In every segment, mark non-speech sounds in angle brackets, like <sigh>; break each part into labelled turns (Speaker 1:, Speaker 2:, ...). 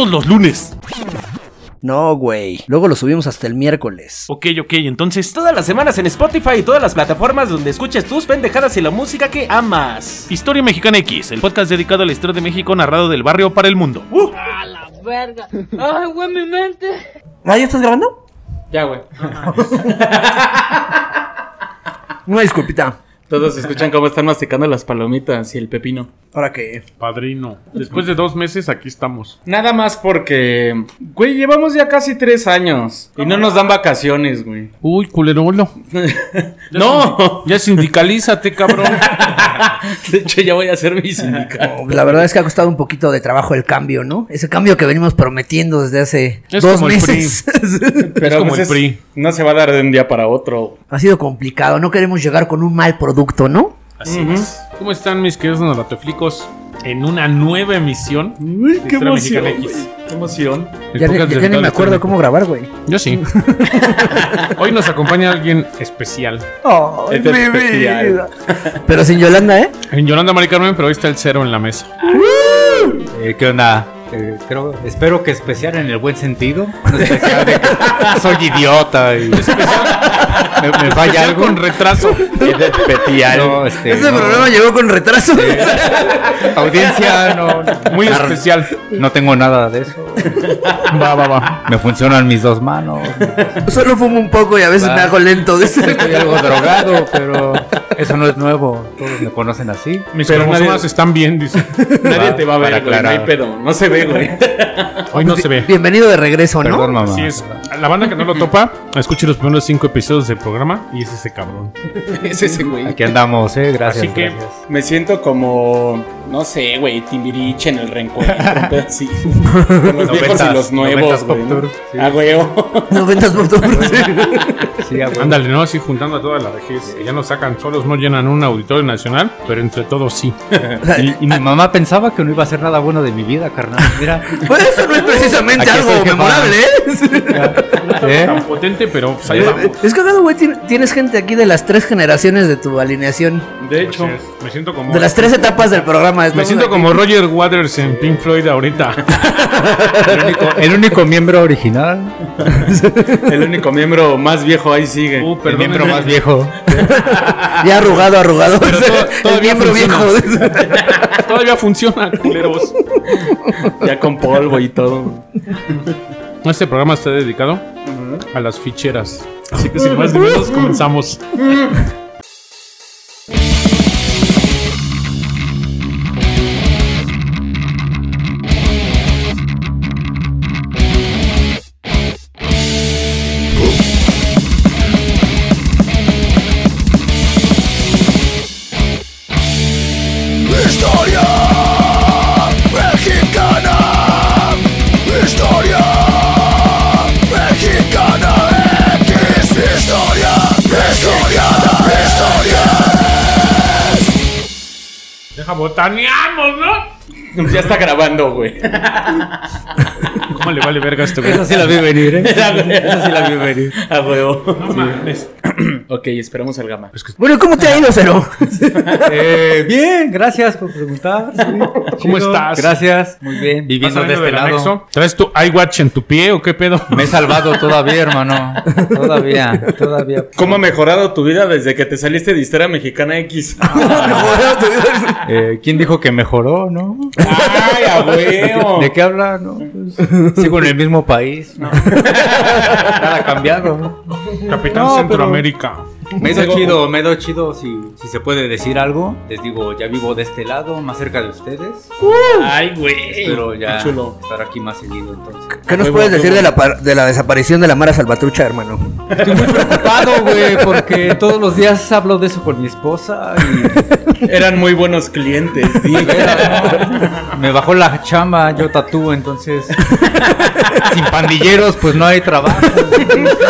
Speaker 1: los lunes.
Speaker 2: No, güey. Luego lo subimos hasta el miércoles.
Speaker 1: Ok, ok, entonces.
Speaker 3: Todas las semanas en Spotify y todas las plataformas donde escuches tus pendejadas y la música que amas.
Speaker 1: Historia Mexicana X, el podcast dedicado a la historia de México narrado del barrio para el mundo.
Speaker 4: A la verga. Ay, güey, mi mente.
Speaker 2: ¿Ah, ya estás grabando?
Speaker 5: Ya, güey.
Speaker 2: <laughs> No, disculpita.
Speaker 5: Todos escuchan cómo están masticando las palomitas y el pepino.
Speaker 2: Ahora que.
Speaker 6: Padrino. Después de dos meses, aquí estamos.
Speaker 5: Nada más porque, güey, llevamos ya casi tres años y no nos dan vacaciones, güey.
Speaker 6: Uy, culerolo.
Speaker 2: <laughs>
Speaker 5: ¡No!
Speaker 6: Ya sindicalízate, cabrón.
Speaker 5: <laughs> De hecho, ya voy a hacer mi sindicato.
Speaker 2: Ah, La verdad es que ha costado un poquito de trabajo el cambio, ¿no? Ese cambio que venimos prometiendo desde hace
Speaker 6: Es
Speaker 2: dos
Speaker 6: como el
Speaker 2: meses.
Speaker 5: Pero
Speaker 6: como
Speaker 5: pues,
Speaker 6: el PRI.
Speaker 5: No se va a dar de un día para otro.
Speaker 2: <laughs> ha sido complicado. No queremos llegar con un mal producto, ¿no?
Speaker 1: Así
Speaker 5: Ujú.
Speaker 6: ¿Cómo están mis queridos narratoflicos? En una nueva emisión.
Speaker 5: Uy, qué
Speaker 6: Historia
Speaker 5: emoción.
Speaker 6: Mexicana X.
Speaker 5: güey. Qué emoción.
Speaker 2: Ya,
Speaker 6: El
Speaker 2: ni-
Speaker 6: podcast
Speaker 2: ya
Speaker 6: dedicado
Speaker 2: ni
Speaker 6: a
Speaker 2: me
Speaker 6: la
Speaker 2: acuerdo
Speaker 6: historia
Speaker 2: cómo grabar, güey.
Speaker 6: de-
Speaker 2: <laughs>
Speaker 6: Yo sí. Hoy nos acompaña alguien especial.
Speaker 2: ¡Ay,
Speaker 5: Este
Speaker 2: mi
Speaker 5: es especial.
Speaker 2: vida! <laughs> Pero sin Yolanda, ¿eh?
Speaker 6: En Yolanda Mari Carmen, pero hoy está el cero en la mesa.
Speaker 7: Eh, ¿Qué onda? Eh, creo, espero que especial en el buen sentido. No especial de que soy idiota y me, me falla algo.
Speaker 6: Con retraso.
Speaker 7: Es especial. No, este,
Speaker 2: Este
Speaker 7: no.
Speaker 2: programa llegó con retraso.
Speaker 7: Audiencia, no.
Speaker 6: Muy
Speaker 7: Claro,
Speaker 6: especial.
Speaker 7: No tengo nada de eso.
Speaker 6: Va, va, va.
Speaker 7: Me funcionan mis dos manos.
Speaker 2: <laughs> Solo fumo un poco y a veces
Speaker 7: Va.
Speaker 2: me hago lento. dice.
Speaker 7: <laughs> Estoy algo drogado, pero eso no es nuevo. Todos me conocen así.
Speaker 6: Mis
Speaker 5: Pero
Speaker 6: cromosomas
Speaker 5: nadie-
Speaker 6: están bien, dice.
Speaker 5: Nadie
Speaker 7: Va,
Speaker 5: te va a
Speaker 7: para
Speaker 5: ver, güey. No hay
Speaker 7: aclarar.
Speaker 5: pedo. No se ve, <laughs> güey.
Speaker 6: Hoy no se ve.
Speaker 2: <laughs> Bienvenido de regreso, ¿no?
Speaker 7: Perdón, mamá.
Speaker 6: Así es. A La banda que no lo topa, escuche los primeros cinco episodios del programa y es ese cabrón.
Speaker 5: Es ese, güey.
Speaker 7: Aquí andamos, eh. Gracias.
Speaker 6: Así que-
Speaker 7: gracias.
Speaker 5: Me siento como, no sé, güey, Timbiriche en el reencuentro, <laughs> un pedo así. Con los viejos y
Speaker 7: Noventas,
Speaker 5: los
Speaker 7: noventas
Speaker 5: nuevos,
Speaker 7: pop
Speaker 5: güey. ¿no?
Speaker 7: tour, sí.
Speaker 5: Ah, <laughs> güey.
Speaker 2: No ventas por todo.
Speaker 7: Sí, pues. a huevo.
Speaker 6: Ándale, ¿no? Así juntando a toda la vejez. Ya nos sacan solos, no llenan un auditorio nacional, pero entre todos
Speaker 7: <laughs>
Speaker 6: sí.
Speaker 7: Y, y mi mamá pensaba que no iba a ser nada bueno de mi vida, carnal. Mira.
Speaker 2: Pues eso no es precisamente
Speaker 7: Aquí
Speaker 2: algo
Speaker 7: estoy, jefa.
Speaker 2: memorable, ¿eh?
Speaker 7: ¿Eh?
Speaker 6: Tan potente, pero pues, ahí vamos.
Speaker 2: Es cagado, güey. tien- Tienes gente aquí de las tres generaciones de tu alineación.
Speaker 5: De hecho,
Speaker 6: Así es. me siento como.
Speaker 2: De las tres etapas del programa.
Speaker 6: Me
Speaker 2: Estamos
Speaker 6: siento
Speaker 2: aquí.
Speaker 6: como Roger Waters en Pink Floyd
Speaker 7: <laughs>
Speaker 6: ahorita. <laughs>
Speaker 7: El único, el único miembro original,
Speaker 5: el único miembro más viejo ahí sigue.
Speaker 6: Uh,
Speaker 7: el miembro
Speaker 6: perdónenme.
Speaker 7: más viejo.
Speaker 2: Ya arrugado, arrugado. <laughs> el
Speaker 6: todavía
Speaker 2: miembro viejo. <laughs>
Speaker 6: funciona. Todavía funciona, culeros.
Speaker 5: <laughs> Ya con polvo y todo.
Speaker 6: Este programa está dedicado a las ficheras. Así <laughs> que sin más ni menos comenzamos. Deja botaneamos, ¿no?
Speaker 5: Pues Ya está grabando, güey.
Speaker 6: ¿Cómo le vale verga a este güey?
Speaker 7: sí la vi venir, ¿eh? Esa sí la vi venir.
Speaker 5: A huevo.
Speaker 6: No mames.
Speaker 5: <clears throat> ok, esperamos al gama.
Speaker 2: Bueno, ¿cómo te ha ido, Cero?
Speaker 7: Eh, bien, gracias por preguntar.
Speaker 6: ¿Cómo estás?
Speaker 7: Gracias. Muy bien, viviendo de este lado.
Speaker 6: ¿Traes tu iWatch en tu pie o qué pedo? <laughs>
Speaker 7: Me he salvado todavía, hermano. Todavía, todavía.
Speaker 5: ¿Cómo ha mejorado tu vida desde que te saliste de Historia Mexicana X?
Speaker 6: Ah.
Speaker 7: <laughs> Eh, ¿Quién dijo que mejoró, no?
Speaker 5: ¡Ay, abuelo!
Speaker 7: ¿De qué habla? No, pues, sigo en el mismo país.
Speaker 5: <laughs>
Speaker 7: No. Nada cambiado. ¿no?
Speaker 6: Capitán
Speaker 7: No, pero-
Speaker 6: Centroamérica.
Speaker 7: Me he dado chido, me he dado chido si, si se puede decir algo. Les digo, ya vivo de este lado, más cerca de ustedes.
Speaker 5: Uh. ¡Ay, güey!
Speaker 7: Espero ya
Speaker 5: Qué chulo.
Speaker 7: estar aquí más seguido entonces.
Speaker 2: ¿Qué nos
Speaker 5: Huevo,
Speaker 2: puedes decir
Speaker 5: huevo.
Speaker 2: de la, par- de la desaparición de la Mara Salvatrucha, hermano?
Speaker 7: Estoy muy preocupado, güey, porque todos los días hablo de eso con mi esposa y
Speaker 5: <laughs> Eran muy buenos clientes, sí.
Speaker 7: Era, ¿no? me bajó la chamba, yo
Speaker 6: <laughs>
Speaker 7: tatúo, entonces sin pandilleros pues no hay trabajo.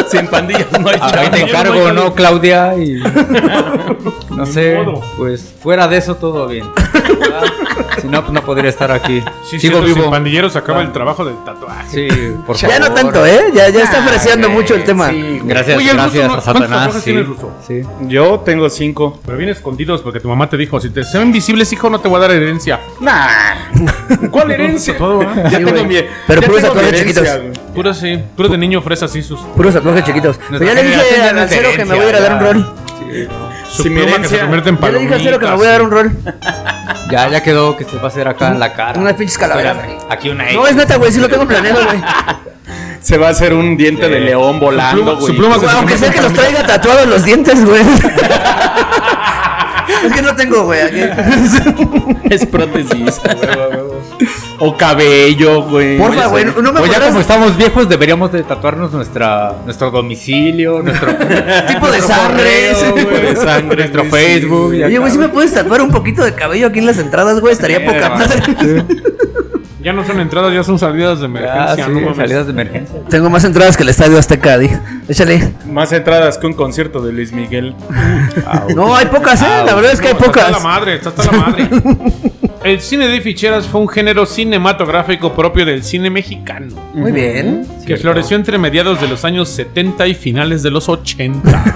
Speaker 5: Sin pandillas no hay
Speaker 7: Ahí
Speaker 5: chamba.
Speaker 7: te encargo, ¿no,
Speaker 6: <laughs>
Speaker 7: Claudia? Y no sé,
Speaker 6: modo.
Speaker 7: pues fuera de eso
Speaker 6: <laughs>
Speaker 7: todo bien. Si no, pues no podría estar aquí.
Speaker 6: Sí,
Speaker 7: Sigo
Speaker 6: siento, sin
Speaker 7: vivo. Ah.
Speaker 6: pandilleros acaba el trabajo del tatuaje.
Speaker 7: Sí, por favor.
Speaker 2: Ya no tanto, ¿eh? Ya, ya
Speaker 7: Ah,
Speaker 2: está freseando mucho el tema.
Speaker 7: Gracias,
Speaker 6: Oye, el ruso,
Speaker 7: gracias
Speaker 6: ¿no?
Speaker 7: a
Speaker 6: ¿cuántos
Speaker 7: Satanás.
Speaker 6: tatuajes
Speaker 7: sí.
Speaker 6: tiene el ruso?
Speaker 7: Sí.
Speaker 5: Yo tengo cinco.
Speaker 6: Pero bien escondidos porque tu mamá te dijo, si te son invisibles, hijo, no te voy a dar herencia.
Speaker 5: Nah. <laughs> ¿Cuál herencia?
Speaker 6: Todo, ¿eh?
Speaker 5: Ya
Speaker 2: Sí,
Speaker 5: tengo
Speaker 2: güey.
Speaker 5: mi.
Speaker 2: Pero
Speaker 5: ya
Speaker 2: puros
Speaker 5: tengo mi
Speaker 2: tatuajes
Speaker 5: herencia,
Speaker 2: chiquitos.
Speaker 5: güey.
Speaker 6: Puro sí, puro de niño fresa así sus...
Speaker 2: Puros tatuajes chiquitos. Pero ya le dije
Speaker 7: generación ya
Speaker 2: al
Speaker 7: no es
Speaker 2: Cero que me voy a ir a
Speaker 7: herencia,
Speaker 2: dar un rol.
Speaker 6: su
Speaker 5: Si mi
Speaker 6: pluma que
Speaker 5: herencia-
Speaker 6: se convierte en
Speaker 2: Ya le dije al Cero que me voy a dar un rol.
Speaker 7: Ya, ya quedó que se va a hacer acá en la cara.
Speaker 2: Unas pinches calaveras.
Speaker 7: Espérame, Aquí una
Speaker 2: No, es neta, güey. Sí lo tengo planeado, güey.
Speaker 5: Se va a hacer un diente de león
Speaker 6: Su
Speaker 5: volando,
Speaker 6: pluma-
Speaker 5: güey.
Speaker 6: su pluma-
Speaker 2: Güey, Pues, Aunque sea que los traiga tatuados los dientes, güey. Es que no tengo, güey. aquí.
Speaker 6: <laughs>
Speaker 5: es prótesis. o cabello, güey.
Speaker 2: Porfa, güey. No me
Speaker 7: Pues ya
Speaker 2: acuerdas
Speaker 7: como estamos viejos deberíamos de tatuarnos nuestra, nuestro domicilio,
Speaker 2: <laughs>
Speaker 7: nuestro
Speaker 2: tipo de sangre.
Speaker 5: correo, güey.
Speaker 7: de sangre, nuestro
Speaker 5: sí,
Speaker 7: Facebook. y
Speaker 2: Oye,
Speaker 7: acá,
Speaker 2: güey, si me puedes tatuar un poquito de cabello aquí en las entradas, güey, estaría poca madre.
Speaker 6: Ya no son entradas, ya son salidas de
Speaker 7: Ah,
Speaker 6: emergencia.
Speaker 7: sí,
Speaker 6: no mames.
Speaker 7: salidas de emergencia.
Speaker 2: <laughs> Tengo más entradas que el estadio Azteca, di. Échale.
Speaker 5: Más entradas que un concierto de Luis Miguel.
Speaker 2: No, hay pocas, ¿eh? La verdad es que hay
Speaker 6: No, Ah, está
Speaker 2: pocas.
Speaker 6: hasta la madre, está hasta la madre.
Speaker 2: <laughs>
Speaker 6: El cine de ficheras fue un género cinematográfico propio del cine mexicano,
Speaker 2: Muy bien.
Speaker 6: que floreció entre mediados de los años 70 y finales de los 80.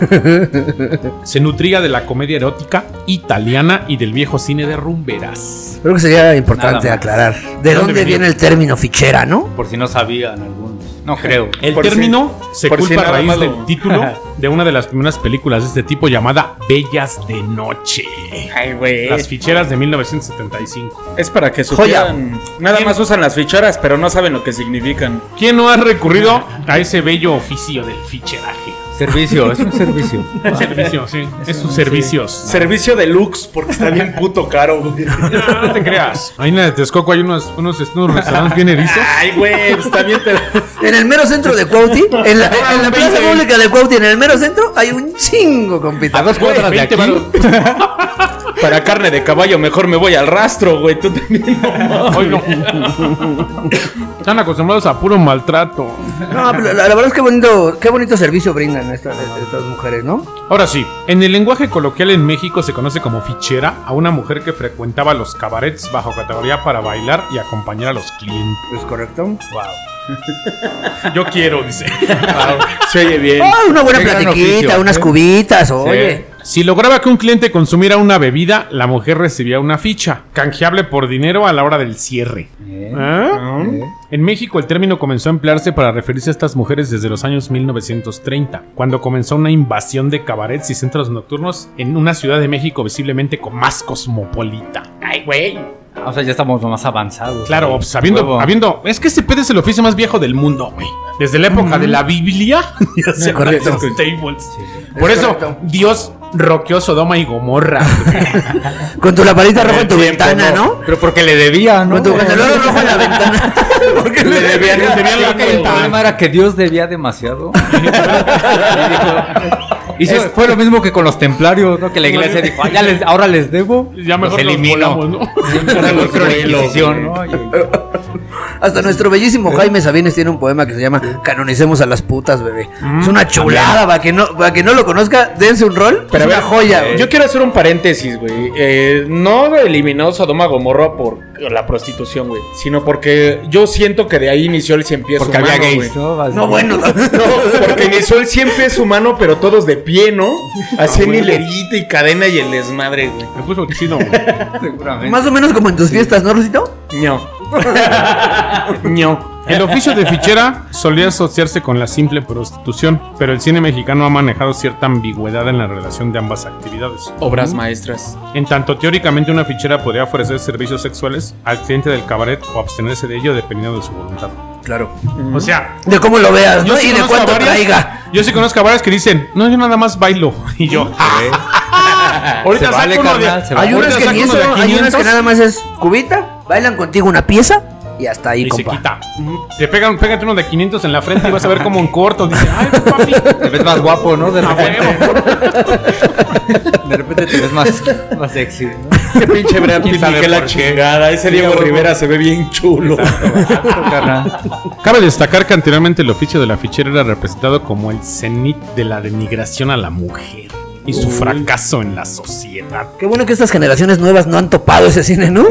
Speaker 6: Se nutría de la comedia erótica italiana y del viejo cine de rumberas.
Speaker 2: Creo que sería importante
Speaker 7: Nada más.
Speaker 2: aclarar. ¿De dónde
Speaker 6: venía?
Speaker 2: viene el término fichera, no?
Speaker 7: Por si no sabían algunos. No creo.
Speaker 6: El
Speaker 5: Por si-
Speaker 6: término se
Speaker 5: por si
Speaker 6: culpa a
Speaker 5: nada
Speaker 6: raíz
Speaker 5: más
Speaker 6: del
Speaker 5: lo-
Speaker 6: título de una de las primeras películas de este tipo llamada Bellas de Noche.
Speaker 5: Ay, güey.
Speaker 6: Las ficheras de 1975.
Speaker 5: Es para que supieran. Nada más usan las ficheras, pero no saben lo que significan.
Speaker 6: ¿Quién no ha recurrido a ese bello oficio del ficheraje?
Speaker 7: Servicio, es un servicio.
Speaker 6: Servicio, sí. Es sus servicios.
Speaker 5: Servicio deluxe, porque está bien puto caro, güey.
Speaker 6: No, no te creas. Ahí en la de Texcoco hay unos, unos, unos restaurantes bien erizos.
Speaker 5: Ay, güey, está bien. Te...
Speaker 2: En el mero centro de Cuauti, en la, en la plaza
Speaker 5: veinte.
Speaker 2: pública de Cuauti, en el mero centro, hay un chingo,
Speaker 7: A
Speaker 2: compita.
Speaker 7: dos cuadras de aquí.
Speaker 5: Para carne de caballo, mejor me voy al rastro, güey. Tú también.
Speaker 6: Hoy no. Están acostumbrados a puro maltrato.
Speaker 2: No, pero la, la verdad es que bonito, qué bonito servicio brindan estas, estas mujeres, ¿no?
Speaker 6: Ahora sí, en el lenguaje coloquial en México se conoce como fichera a una mujer que frecuentaba los cabarets bajo categoría para bailar y acompañar a los clientes.
Speaker 2: Es correcto.
Speaker 6: Wow. Yo quiero, dice.
Speaker 5: Se oye bien.
Speaker 2: Ah, una buena
Speaker 7: Qué gran
Speaker 2: platiquita,
Speaker 7: oficio,
Speaker 2: unas
Speaker 7: ¿eh?
Speaker 2: cubitas, oye.
Speaker 6: Si lograba que un cliente consumiera una bebida, la mujer recibía una ficha, canjeable por dinero a la hora del cierre. ¿Ah?
Speaker 2: Eh.
Speaker 6: En México el término comenzó a emplearse para referirse a estas mujeres desde los años 1930, cuando comenzó una invasión de cabarets y centros nocturnos en una ciudad de México visiblemente co- más cosmopolita.
Speaker 7: O sea, ya estamos más avanzados.
Speaker 6: Claro, pues, habiendo,
Speaker 7: Huevo.
Speaker 6: habiendo- es que ese pedo es el oficio más viejo del mundo, güey. Desde la época de la Biblia, <laughs> ya se hablan de
Speaker 2: correcto.
Speaker 6: esos tables. Por
Speaker 2: Es
Speaker 6: eso,
Speaker 2: correcto.
Speaker 6: Dios roqueó Sodoma y Gomorra.
Speaker 2: Con tu lamparita roja en tu
Speaker 5: el tiempo,
Speaker 2: ventana,
Speaker 5: ¿no?
Speaker 2: ¿no?
Speaker 7: Pero porque le debía, ¿no?
Speaker 2: Con tu candelabro rojo en la ventana. Porque le-
Speaker 5: Le
Speaker 2: <laughs>
Speaker 5: debían, le debían la
Speaker 7: Creo que el
Speaker 5: cuenta.
Speaker 7: problema era que Dios debía demasiado. Y dijo- hizo- fue lo mismo que con los templarios, ¿no? Que la iglesia dijo, "Ah, ya les, ahora les debo.
Speaker 6: ya
Speaker 7: los
Speaker 6: mejor los <laughs>
Speaker 7: elimino.
Speaker 6: volamos, ¿no?
Speaker 7: Siempre fue la
Speaker 5: Los vuelo,
Speaker 7: Inquisición, ¿no? Y-
Speaker 2: Hasta nuestro bellísimo Jaime Sabines tiene un poema que se llama Canonicemos a las putas, bebé. es una chulada, para que, no, para que no lo conozca, dense un rol. es
Speaker 5: Pero a
Speaker 2: una
Speaker 5: ver, eh,
Speaker 2: joya, güey.
Speaker 5: Yo quiero hacer un paréntesis, güey. Eh, no eliminó Sodoma Gomorra por la prostitución, güey. Sino porque yo siento que de ahí inició el cien pies
Speaker 7: Porque
Speaker 5: humano,
Speaker 7: había
Speaker 5: güey.
Speaker 7: gays, ¿no?
Speaker 2: No, bueno.
Speaker 5: <laughs> No, porque inició el cien pies humano, pero todos de pie, ¿no? Así en hilerita y cadena y el desmadre, güey.
Speaker 6: Me puso chino, güey.
Speaker 7: Seguramente.
Speaker 2: Más o menos como en tus fiestas, ¿no, Rosito?
Speaker 5: No. <laughs> no.
Speaker 6: El oficio de fichera solía asociarse con la simple prostitución, pero el cine mexicano ha manejado cierta ambigüedad en la relación de ambas actividades.
Speaker 5: Obras maestras.
Speaker 6: En tanto, teóricamente una fichera podría ofrecer servicios sexuales al cliente del cabaret o abstenerse de ello dependiendo de su voluntad.
Speaker 2: Claro.
Speaker 6: O sea,
Speaker 2: De cómo lo veas,
Speaker 6: yo
Speaker 2: ¿no?
Speaker 6: sí,
Speaker 2: y de
Speaker 6: conozco a
Speaker 2: cuánto
Speaker 6: varias-
Speaker 2: traiga.
Speaker 6: yo sí conozco a varias que dicen, no, yo nada más bailo. <laughs> Y yo, "Ah, ahorita
Speaker 7: Se
Speaker 6: saco
Speaker 7: vale,
Speaker 6: uno de...
Speaker 7: carnal, se vale.
Speaker 2: Hay
Speaker 6: ahorita
Speaker 2: unas que
Speaker 6: saco
Speaker 2: ni
Speaker 6: uno
Speaker 2: eso,
Speaker 6: de
Speaker 2: hay unas que
Speaker 6: 500.
Speaker 2: nada más es cubita, bailan contigo una pieza y hasta ahí,
Speaker 6: y
Speaker 2: compa.
Speaker 6: se quita. Te pegan, pégate uno de 500 en la frente y vas a ver como en corto. Dice, ay, papi,
Speaker 7: Te ves más
Speaker 5: <laughs>
Speaker 7: guapo, ¿no? De
Speaker 6: a
Speaker 7: repente,
Speaker 6: Ah, huevo".
Speaker 7: de repente te ves más, más sexy. ¿no?
Speaker 5: Ese pinche Brad Pitt,
Speaker 7: ¿Quién sabe
Speaker 5: que la
Speaker 7: por qué?
Speaker 5: chingada. Ese Diego Rivera se ve bien chulo.
Speaker 7: Carnal.
Speaker 6: Cabe destacar que anteriormente el oficio de la fichera era representado como el cenit de la denigración a la mujer y su fracaso en la sociedad.
Speaker 2: Qué bueno que estas generaciones nuevas no han topado ese cine, ¿no?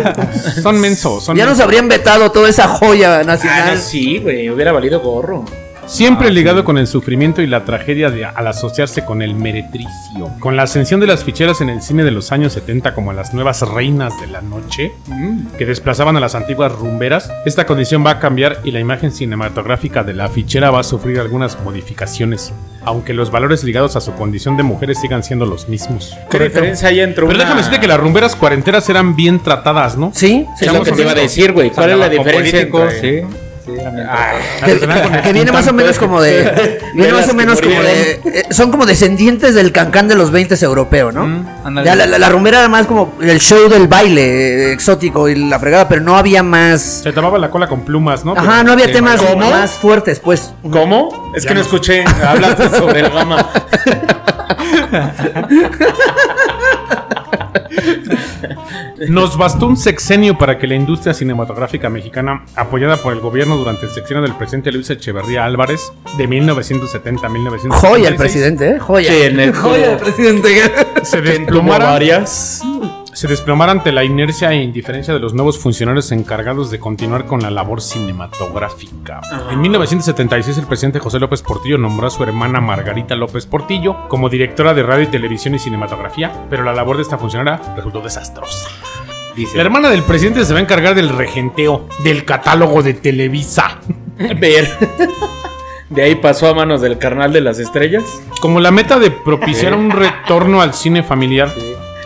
Speaker 6: Son mensos, <laughs> son
Speaker 2: ya nos
Speaker 6: mensos.
Speaker 2: habrían vetado toda esa joya
Speaker 5: Ah,
Speaker 2: nacional.
Speaker 5: sí, güey. Hubiera valido gorro.
Speaker 2: Ah,
Speaker 6: Siempre ligado con el sufrimiento y la tragedia de, al asociarse con el meretricio. Con la ascensión de las ficheras en el cine de los años 70 como las nuevas reinas de la noche,
Speaker 2: Mm.
Speaker 6: que desplazaban a las antiguas rumberas, esta condición va a cambiar y la imagen cinematográfica de la fichera va a sufrir algunas modificaciones, aunque los valores ligados a su condición de mujeres sigan siendo los mismos.
Speaker 5: ¿Qué diferencia hay entre
Speaker 6: Pero
Speaker 5: una-
Speaker 6: déjame decirte que las rumberas cuarenteras eran bien tratadas, ¿no?
Speaker 2: Sí,
Speaker 5: Es lo que te iba a decir, güey. ¿Cuál es la diferencia entre... Ah,
Speaker 7: Sí, sí, era
Speaker 2: Que,
Speaker 7: mentira.
Speaker 2: que viene más o menos como
Speaker 6: <laughs>
Speaker 2: de. Viene más o menos como de. eh, Son como descendientes del cancán de los 20 europeo, ¿no?
Speaker 6: Mm,
Speaker 7: ándale.
Speaker 2: Ya la, la- la rumbera era más como el show del baile eh, exótico y la fregada, pero no había más.
Speaker 6: Se tomaba la cola con plumas, ¿no?
Speaker 2: Ajá, no había
Speaker 6: Pero-
Speaker 2: temas
Speaker 5: ¿Cómo?
Speaker 2: más fuertes, pues.
Speaker 5: ¿Cómo? Es
Speaker 6: Ya
Speaker 5: que no
Speaker 6: no.
Speaker 5: escuché. Hablaste sobre el gama.
Speaker 6: Nos bastó un sexenio para que la industria cinematográfica mexicana, apoyada por el gobierno durante el sexenio del presidente Luis Echeverría Álvarez de 1970 a 1976,
Speaker 2: Joya el presidente, ¿eh? Joya.
Speaker 5: Sí, en el
Speaker 2: Joya el presidente.
Speaker 6: se
Speaker 5: Como
Speaker 6: desplomara,
Speaker 5: varias.
Speaker 6: se desplomara ante la inercia e indiferencia de los nuevos funcionarios encargados de continuar con la labor cinematográfica. En 1976 el presidente José López Portillo nombró a su hermana Margarita López Portillo como directora de radio y televisión y cinematografía, pero la labor de esta funcionaria resultó desastrosa.
Speaker 7: Dice,
Speaker 6: La hermana del presidente se va a encargar del regenteo, del catálogo de Televisa.
Speaker 5: Ver. De ahí pasó a manos del carnal de las estrellas.
Speaker 6: Como la meta de propiciar un retorno al cine familiar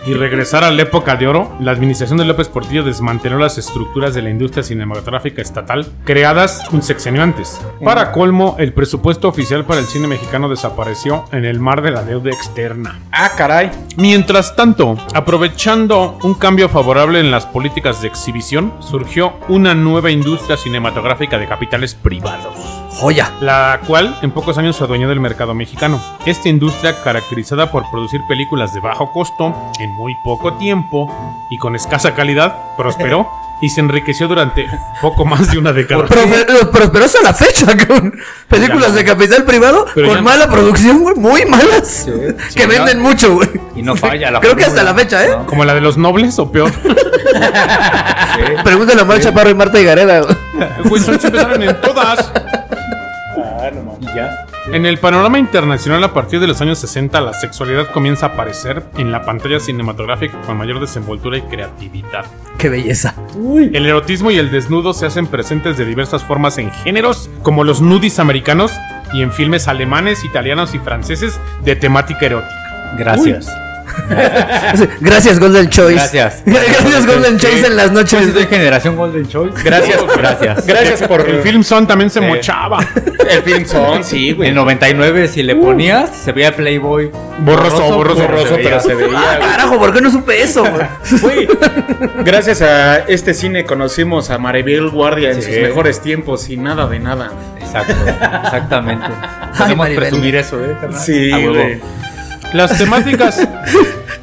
Speaker 6: y regresar a la época de oro, la administración de López Portillo desmanteló las estructuras de la industria cinematográfica estatal creadas un sexenio antes. Para colmo, el presupuesto oficial para el cine mexicano desapareció en el mar de la deuda externa.
Speaker 5: Ah, caray.
Speaker 6: Mientras tanto, aprovechando un cambio favorable en las políticas de exhibición, surgió una nueva industria cinematográfica de capitales privados
Speaker 2: Joya.
Speaker 6: la cual en pocos años se adueñó del mercado mexicano. Esta industria, caracterizada por producir películas de bajo costo, en muy poco tiempo y con escasa calidad, prosperó y se enriqueció durante poco más de una década.
Speaker 2: Profe- los prosperos a la fecha <laughs> con películas
Speaker 6: Ya.
Speaker 2: de capital privado
Speaker 6: Pero ya
Speaker 2: con
Speaker 6: no.
Speaker 2: mala producción, güey, muy malas. que
Speaker 7: sí,
Speaker 2: venden
Speaker 7: ya.
Speaker 2: mucho,
Speaker 7: <laughs>
Speaker 2: güey.
Speaker 7: Y no falla la
Speaker 2: Creo que hasta
Speaker 7: fórmula.
Speaker 2: la fecha, ¿eh?
Speaker 6: Como la de los nobles o peor.
Speaker 2: Pregúntale a Marcha Parro y Marta Higareda. güey.
Speaker 6: Güey, son- se empezaron en todas.
Speaker 5: Y ya.
Speaker 6: En el panorama internacional a partir de los años 60 la sexualidad comienza a aparecer en la pantalla cinematográfica con mayor desenvoltura y creatividad.
Speaker 2: Qué belleza.
Speaker 6: El erotismo y el desnudo se hacen presentes de diversas formas en géneros, como los nudis americanos y en filmes alemanes, italianos y franceses de temática erótica.
Speaker 7: Gracias.
Speaker 2: Gracias, Golden Choice.
Speaker 7: Gracias.
Speaker 2: <laughs> Gracias, Golden
Speaker 7: Sí.
Speaker 2: Choice en las
Speaker 7: Yo sí
Speaker 2: noches.
Speaker 7: soy generación Golden Choice.
Speaker 5: Gracias.
Speaker 7: <laughs> Gracias.
Speaker 5: Gracias por
Speaker 6: El film son también se
Speaker 7: Sí.
Speaker 5: <laughs>
Speaker 6: mochaba.
Speaker 5: El film son, sí,
Speaker 7: En
Speaker 5: güey.
Speaker 7: 99, si le ponías, se veía Playboy.
Speaker 6: Borroso, borroso,
Speaker 5: borroso, pero se veía. güey.
Speaker 2: Ah, Carajo, ¿por qué no supe eso, güey?
Speaker 7: <laughs>
Speaker 5: Güey, gracias a este cine conocimos a Maribel Guardia en
Speaker 7: Sí.
Speaker 5: sus mejores tiempos y nada de nada.
Speaker 7: Exacto, exactamente. Podemos
Speaker 2: Maribel.
Speaker 7: presumir eso, ¿eh? carnal?
Speaker 5: Sí,
Speaker 7: A huevo.
Speaker 5: güey. <laughs>
Speaker 6: Las temáticas,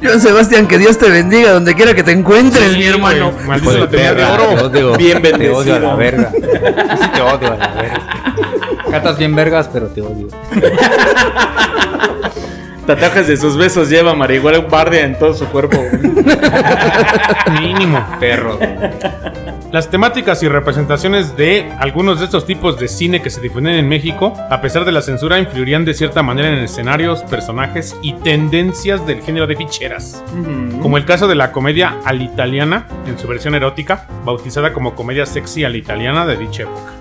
Speaker 2: Joan Sebastián, que Dios te bendiga donde quiera que te encuentres, mi hermano.
Speaker 3: <laughs>
Speaker 6: Maldito la tenía de
Speaker 7: Perra,
Speaker 6: oro.
Speaker 7: te odio,
Speaker 5: Bien
Speaker 7: Te odio a la
Speaker 5: bendecido.
Speaker 7: verga. Yo sí te odio a la verga. Catas bien vergas, pero te odio.
Speaker 5: Tatajas de sus besos lleva marihuana guardia en todo su cuerpo. güey.
Speaker 6: Mínimo.
Speaker 7: Perro.
Speaker 6: Las temáticas y representaciones de algunos de estos tipos de cine que se difunden en México, a pesar de la censura, influirían de cierta manera en escenarios, personajes y tendencias del género de ficheras.
Speaker 5: Mm.
Speaker 6: Como el caso de la comedia al italiana, en su versión erótica, bautizada como comedia sexy al italiana de dicha época.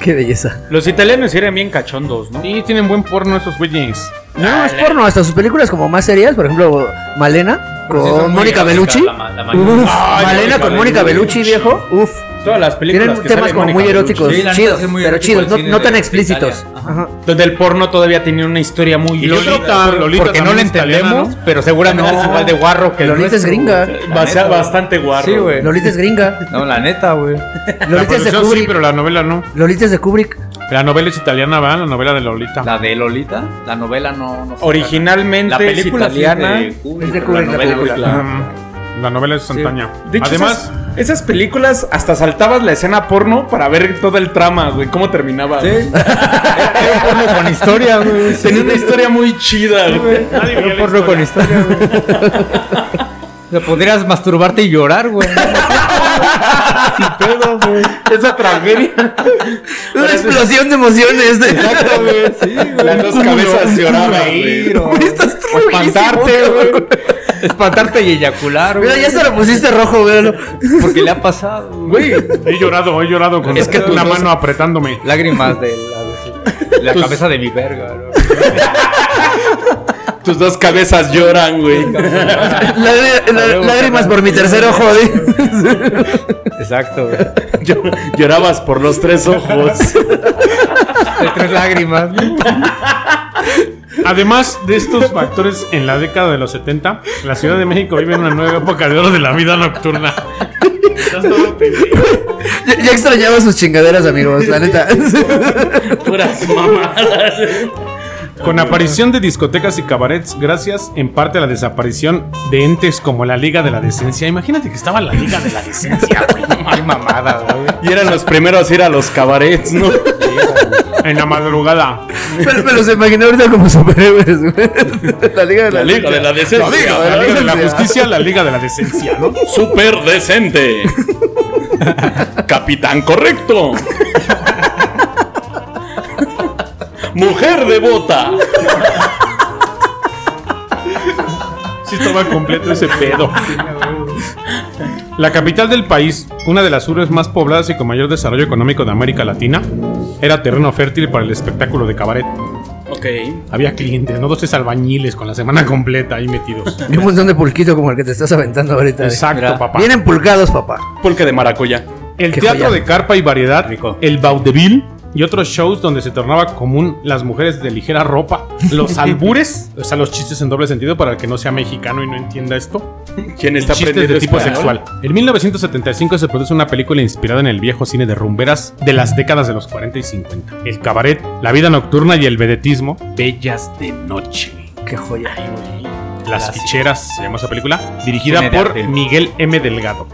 Speaker 2: Qué belleza.
Speaker 5: Los italianos eran bien cachondos, ¿no?
Speaker 6: Y tienen buen porno esos güeyes.
Speaker 2: No, es porno, hasta sus películas como más serias, por ejemplo, Malena
Speaker 7: sí son
Speaker 2: con
Speaker 7: muy
Speaker 2: Mónica
Speaker 7: eróticas,
Speaker 2: Bellucci.
Speaker 7: la ma- la
Speaker 2: Uf,
Speaker 7: mayoría.
Speaker 5: Ay,
Speaker 2: Malena
Speaker 5: Mónica
Speaker 2: con Mónica
Speaker 5: Bellucci.
Speaker 2: Bellucci, viejo. Uf.
Speaker 5: Todas las películas
Speaker 2: Tienen
Speaker 5: que
Speaker 2: temas
Speaker 5: sale
Speaker 2: como
Speaker 5: Mónica
Speaker 2: muy
Speaker 5: Bellucci.
Speaker 2: eróticos,
Speaker 7: Sí, la neta,
Speaker 2: chidos,
Speaker 7: sí es muy
Speaker 2: pero
Speaker 7: erótico
Speaker 2: chidos,
Speaker 7: el
Speaker 2: no,
Speaker 7: cine
Speaker 2: no tan
Speaker 7: de
Speaker 2: explícitos.
Speaker 7: Italia. Ajá.
Speaker 2: Ajá.
Speaker 5: Donde el porno todavía tenía una historia muy
Speaker 6: Lolita, Lolita
Speaker 7: Porque no
Speaker 6: también
Speaker 7: lo
Speaker 6: es italiana,
Speaker 7: entendemos,
Speaker 6: ¿no?
Speaker 7: pero seguramente es igual de guarro que el
Speaker 2: Lolita es
Speaker 7: nuestro.
Speaker 2: gringa.
Speaker 5: basa- bastante guarro.
Speaker 7: Sí, güey.
Speaker 2: Lolita es gringa.
Speaker 7: No, la neta, güey.
Speaker 6: La
Speaker 2: Lolita es de
Speaker 6: producción sí,
Speaker 2: Kubrick.
Speaker 6: pero la novela no.
Speaker 2: Lolita es de Kubrick.
Speaker 6: La novela es italiana, ¿verdad? La novela de Lolita.
Speaker 7: La de Lolita, la novela no. no sé.
Speaker 5: Originalmente
Speaker 7: La película
Speaker 5: es
Speaker 7: sí es
Speaker 5: italiana.
Speaker 7: de Kubrick,
Speaker 2: Es de
Speaker 7: pero
Speaker 2: Kubrick la
Speaker 7: novela no
Speaker 2: película.
Speaker 7: es
Speaker 6: Mm, La novela es antaña.
Speaker 5: De hecho,
Speaker 6: Además,
Speaker 5: esas, esas películas hasta saltabas la escena porno para ver todo el trama, güey, cómo terminaba. güey.
Speaker 7: porno con historia, güey.
Speaker 5: Tenía una historia muy chida, güey.
Speaker 7: Era porno con historia, güey. <laughs> O sea, podrías masturbarte y llorar, güey. Sin pedo, güey.
Speaker 5: Esa tragedia.
Speaker 2: Una explosión de emociones. de-
Speaker 5: <laughs>
Speaker 7: Exacto, güey. <laughs> Sí, güey.
Speaker 5: Las dos cabezas lloraban,
Speaker 7: Reír,
Speaker 5: güey.
Speaker 7: o-
Speaker 2: Estás
Speaker 7: o espantarte,
Speaker 2: rojísimo,
Speaker 7: güey. Espantarte y eyacular,
Speaker 2: Mira,
Speaker 7: güey.
Speaker 2: ya se lo pusiste rojo,
Speaker 7: <laughs>
Speaker 2: güey.
Speaker 7: Porque le ha pasado, güey.
Speaker 5: Güey,
Speaker 6: he llorado, he llorado con
Speaker 5: Es que tus
Speaker 6: una
Speaker 5: dos-
Speaker 6: mano apretándome.
Speaker 7: Lágrimas de la, de la cabeza de mi verga, ¿no?
Speaker 5: tus dos cabezas lloran, güey.
Speaker 2: Lágri- lá- Lágrimas por mi tercer ojo. ¿eh?
Speaker 7: Exacto, güey.
Speaker 5: Llor- Llorabas por los tres ojos.
Speaker 7: De tres lágrimas, ¿no?
Speaker 6: Además de estos factores, en la década de los 70, la Ciudad de México vive una nueva época de oro de la vida nocturna. Estás todo pendejo.
Speaker 2: Ya, ya extrañaba sus chingaderas, amigos, la
Speaker 7: <laughs>
Speaker 2: neta.
Speaker 5: Puras mamadas.
Speaker 6: Con aparición de discotecas y cabarets, gracias en parte a la desaparición de entes como la Liga de la Decencia. Imagínate que estaba la Liga de la Decencia güey,
Speaker 7: Qué mamada, güey.
Speaker 5: Y eran los primeros a ir a los cabarets, ¿no?
Speaker 6: en la madrugada.
Speaker 2: Me, me los imaginé ahorita como superhéroes, güey. <laughs> La liga de la,
Speaker 5: decencia.
Speaker 2: La Liga
Speaker 6: La Liga de la Justicia, la Liga de la Decencia, ¿no?
Speaker 5: Super decente. Capitán correcto. Mujer devota.
Speaker 6: Sí estaba completo ese pedo. La capital del país, una de las urbes más pobladas y con mayor desarrollo económico de América Latina, era terreno fértil para el espectáculo de cabaret.
Speaker 5: Ok.
Speaker 6: Había clientes, no dos tres albañiles con la semana completa ahí metidos.
Speaker 2: Y un montón de pulquito como el que te estás aventando ahorita. ¿eh?
Speaker 6: Exacto,
Speaker 7: Mira,
Speaker 6: papá.
Speaker 2: Vienen pulgados, papá.
Speaker 5: Pulque de maracuyá.
Speaker 6: El
Speaker 2: Qué
Speaker 6: teatro
Speaker 2: joya.
Speaker 6: de carpa y variedad,
Speaker 7: Rico.
Speaker 6: el vaudeville y otros shows donde se tornaba común las mujeres de ligera ropa,
Speaker 7: <laughs>
Speaker 6: los albures, o sea, los chistes en doble sentido para el que no sea mexicano y no entienda esto.
Speaker 5: ¿Quién está
Speaker 6: chistes
Speaker 5: aprendiendo
Speaker 6: de tipo
Speaker 5: español? <laughs>
Speaker 6: sexual. En 1975 se produce una película inspirada en el viejo cine de rumberas de las décadas de los 40 y 50. El cabaret, la vida nocturna y el vedetismo, bellas de noche.
Speaker 2: Qué joya.
Speaker 6: Las ficheras, se llama esa película, dirigida
Speaker 7: Cine de
Speaker 6: por
Speaker 7: arte.
Speaker 6: Miguel M. Delgado.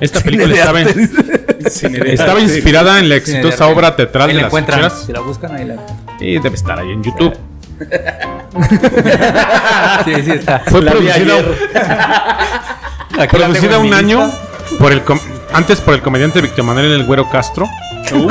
Speaker 6: Esta
Speaker 2: Cine
Speaker 6: película
Speaker 2: de
Speaker 6: estaba,
Speaker 2: arte.
Speaker 5: Cine de-
Speaker 6: estaba inspirada en la
Speaker 7: Cine de
Speaker 6: exitosa
Speaker 7: arte.
Speaker 6: obra teatral de
Speaker 7: Ahí la
Speaker 6: las
Speaker 7: encuentran.
Speaker 6: ficheras.
Speaker 7: Si la buscan, ahí
Speaker 6: <laughs>
Speaker 7: la encuentran.
Speaker 6: Y debe estar ahí en
Speaker 7: <laughs>
Speaker 6: YouTube.
Speaker 7: Sí, sí está.
Speaker 6: Fue
Speaker 5: La vi
Speaker 6: producida,
Speaker 5: ayer.
Speaker 7: Aquí la
Speaker 6: producida
Speaker 7: tengo en
Speaker 6: un
Speaker 7: mi
Speaker 6: año
Speaker 7: lista.
Speaker 6: por el com- antes por el comediante Víctor Manuel El Güero Castro.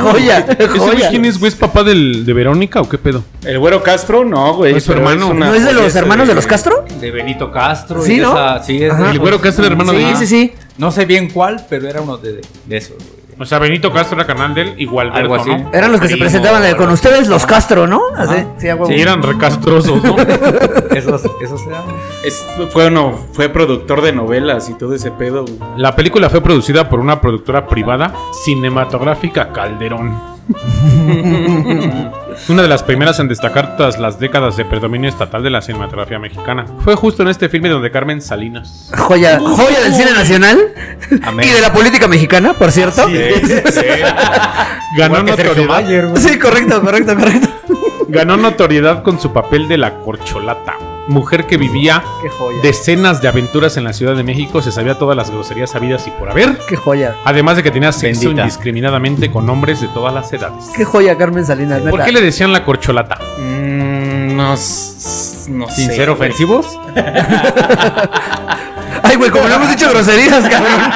Speaker 2: joya,
Speaker 6: ¿Ese güey
Speaker 2: joya.
Speaker 6: quién es, güey? ¿Es papá del, de Verónica o qué pedo?
Speaker 5: El güero Castro, no, güey.
Speaker 6: No es su
Speaker 5: pero
Speaker 6: hermano.
Speaker 5: una
Speaker 2: ¿No es de los
Speaker 5: joyita
Speaker 2: hermanos de los Castro?
Speaker 7: De Benito Castro.
Speaker 2: Sí,
Speaker 7: y de
Speaker 2: ¿no?
Speaker 7: esa- sí, es de
Speaker 2: Ajá.
Speaker 7: esos.
Speaker 6: El güero Castro, el hermano
Speaker 2: Sí,
Speaker 6: de-
Speaker 2: sí, sí.
Speaker 7: No sé bien cuál, pero era uno de, de esos. güey.
Speaker 6: O sea, Benito Castro era canal de él, igual
Speaker 7: Algo así.
Speaker 6: ¿no?
Speaker 2: Eran los que se
Speaker 6: Primo,
Speaker 2: presentaban eh, con
Speaker 6: algo.
Speaker 2: ustedes, los Castro, ¿no? Así,
Speaker 7: Ajá.
Speaker 2: sí, a huevo.
Speaker 6: Sí, eran recastrosos, ¿no?
Speaker 7: Esos, esos eran.
Speaker 5: <laughs> Es- fue, uno, fue productor de novelas y todo ese pedo. güey.
Speaker 6: La película fue producida por una productora privada, Cinematográfica
Speaker 7: <laughs>
Speaker 6: Calderón. Una de las primeras en destacar todas las décadas de predominio estatal de la cinematografía mexicana. Fue justo en este filme donde Carmen Salinas.
Speaker 2: Joya,
Speaker 6: Uh,
Speaker 2: joya del cine nacional
Speaker 7: Amén.
Speaker 2: y de la política mexicana, por cierto.
Speaker 6: Ganó
Speaker 7: Igual que Sergio
Speaker 6: notoriedad,
Speaker 7: Mayer, güey.
Speaker 2: Sí, correcto, correcto, correcto.
Speaker 6: ganó notoriedad con su papel de la corcholata. mujer que vivía
Speaker 2: Qué joya.
Speaker 6: decenas de aventuras en la Ciudad de México, se sabía todas las groserías sabidas y por haber.
Speaker 2: Qué joya.
Speaker 6: Además de que tenía sexo
Speaker 7: Bendita.
Speaker 6: indiscriminadamente con hombres de todas las edades.
Speaker 2: Qué joya, Carmen Salinas.
Speaker 6: ¿Por
Speaker 2: neta.
Speaker 6: qué le decían la corcholata?
Speaker 5: Mm, no, s- no
Speaker 7: ¿Sin
Speaker 5: sé,
Speaker 7: ser
Speaker 5: güey.
Speaker 7: ofensivos?
Speaker 2: Ay, güey, como no hemos dicho groserías, cabrón.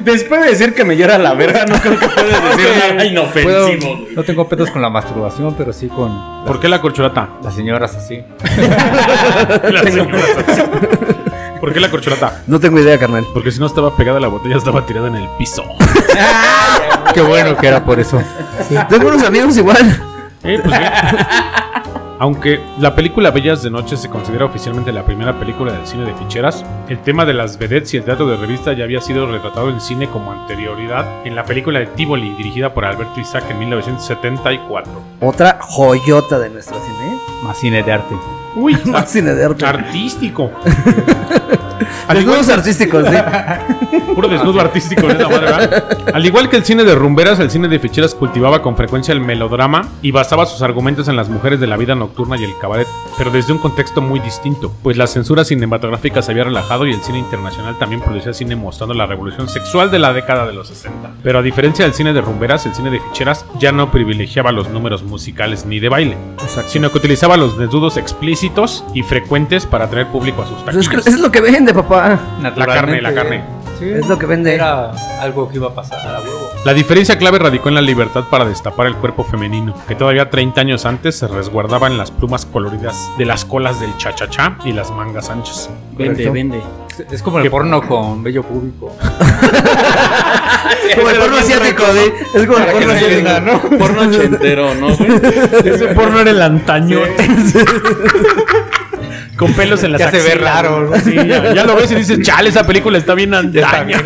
Speaker 5: Después de decir que me llora la verga, no creo que puedas decir nada
Speaker 7: Puedo-
Speaker 5: inofensivo. güey.
Speaker 7: no tengo pedos con la masturbación, pero sí con la-
Speaker 6: ¿Por qué la
Speaker 7: <laughs>
Speaker 6: corcholata?
Speaker 7: las señoras así.
Speaker 6: ¿Por qué la corcholata?
Speaker 2: No tengo idea, carnal.
Speaker 6: Porque si no estaba pegada a la botella, estaba tirada en el piso.
Speaker 7: Qué bueno que era por eso.
Speaker 2: Tengo unos amigos igual.
Speaker 6: Eh, pues bien. <laughs> Aunque la película Bellas de Noche se considera oficialmente la primera película del cine de ficheras, el tema de las vedettes y el teatro de revista ya había sido retratado en cine como anterioridad en la película de Tivoli, dirigida por Alberto Isaac en 1974.
Speaker 2: Otra joyota de nuestro cine.
Speaker 7: Más cine de arte.
Speaker 6: <laughs> Uy, ah,
Speaker 2: Más cine de arte.
Speaker 6: artístico. <laughs> Al igual
Speaker 2: Desnudos artísticos, sí.
Speaker 6: Puro desnudo artístico, neta madre, ¿verdad? Al igual que el cine de rumberas, el cine de ficheras cultivaba con frecuencia el melodrama y basaba sus argumentos en las mujeres de la vida nocturna y el cabaret, pero desde un contexto muy distinto, pues la censura cinematográfica se había relajado y el cine internacional también producía cine mostrando la revolución sexual de la década de los 60. Pero a diferencia del cine de rumberas, el cine de ficheras ya no privilegiaba los números musicales ni de baile, sino que utilizaba los desnudos explícitos y frecuentes para atraer público a sus
Speaker 2: Pues es, que-
Speaker 6: taquillas.
Speaker 2: es lo que vende, papá.
Speaker 6: La carne, la carne.
Speaker 7: Sí.
Speaker 2: Es lo que vende.
Speaker 7: Era algo que iba a pasar a huevo.
Speaker 6: La diferencia clave radicó en la libertad para destapar el cuerpo femenino, que todavía 30 años antes se resguardaba en las plumas coloridas de las colas del cha-cha-cha y las mangas anchas.
Speaker 5: Vende,
Speaker 2: Correcto.
Speaker 5: vende.
Speaker 7: Es como el
Speaker 6: ¿Qué?
Speaker 7: porno con bello público.
Speaker 2: Es como el porno asiático, ¿sí? Es como el porno asiático.
Speaker 7: <laughs>
Speaker 5: Porno ochentero, ¿no? güey?
Speaker 6: Ese porno era el antañote. <laughs> Con pelos en las
Speaker 7: Ya se ve
Speaker 6: axilas,
Speaker 7: raro,
Speaker 6: ¿no?
Speaker 7: ¿no?
Speaker 6: Sí, ya, ya lo ves y dices, chale, esa película está bien antaña.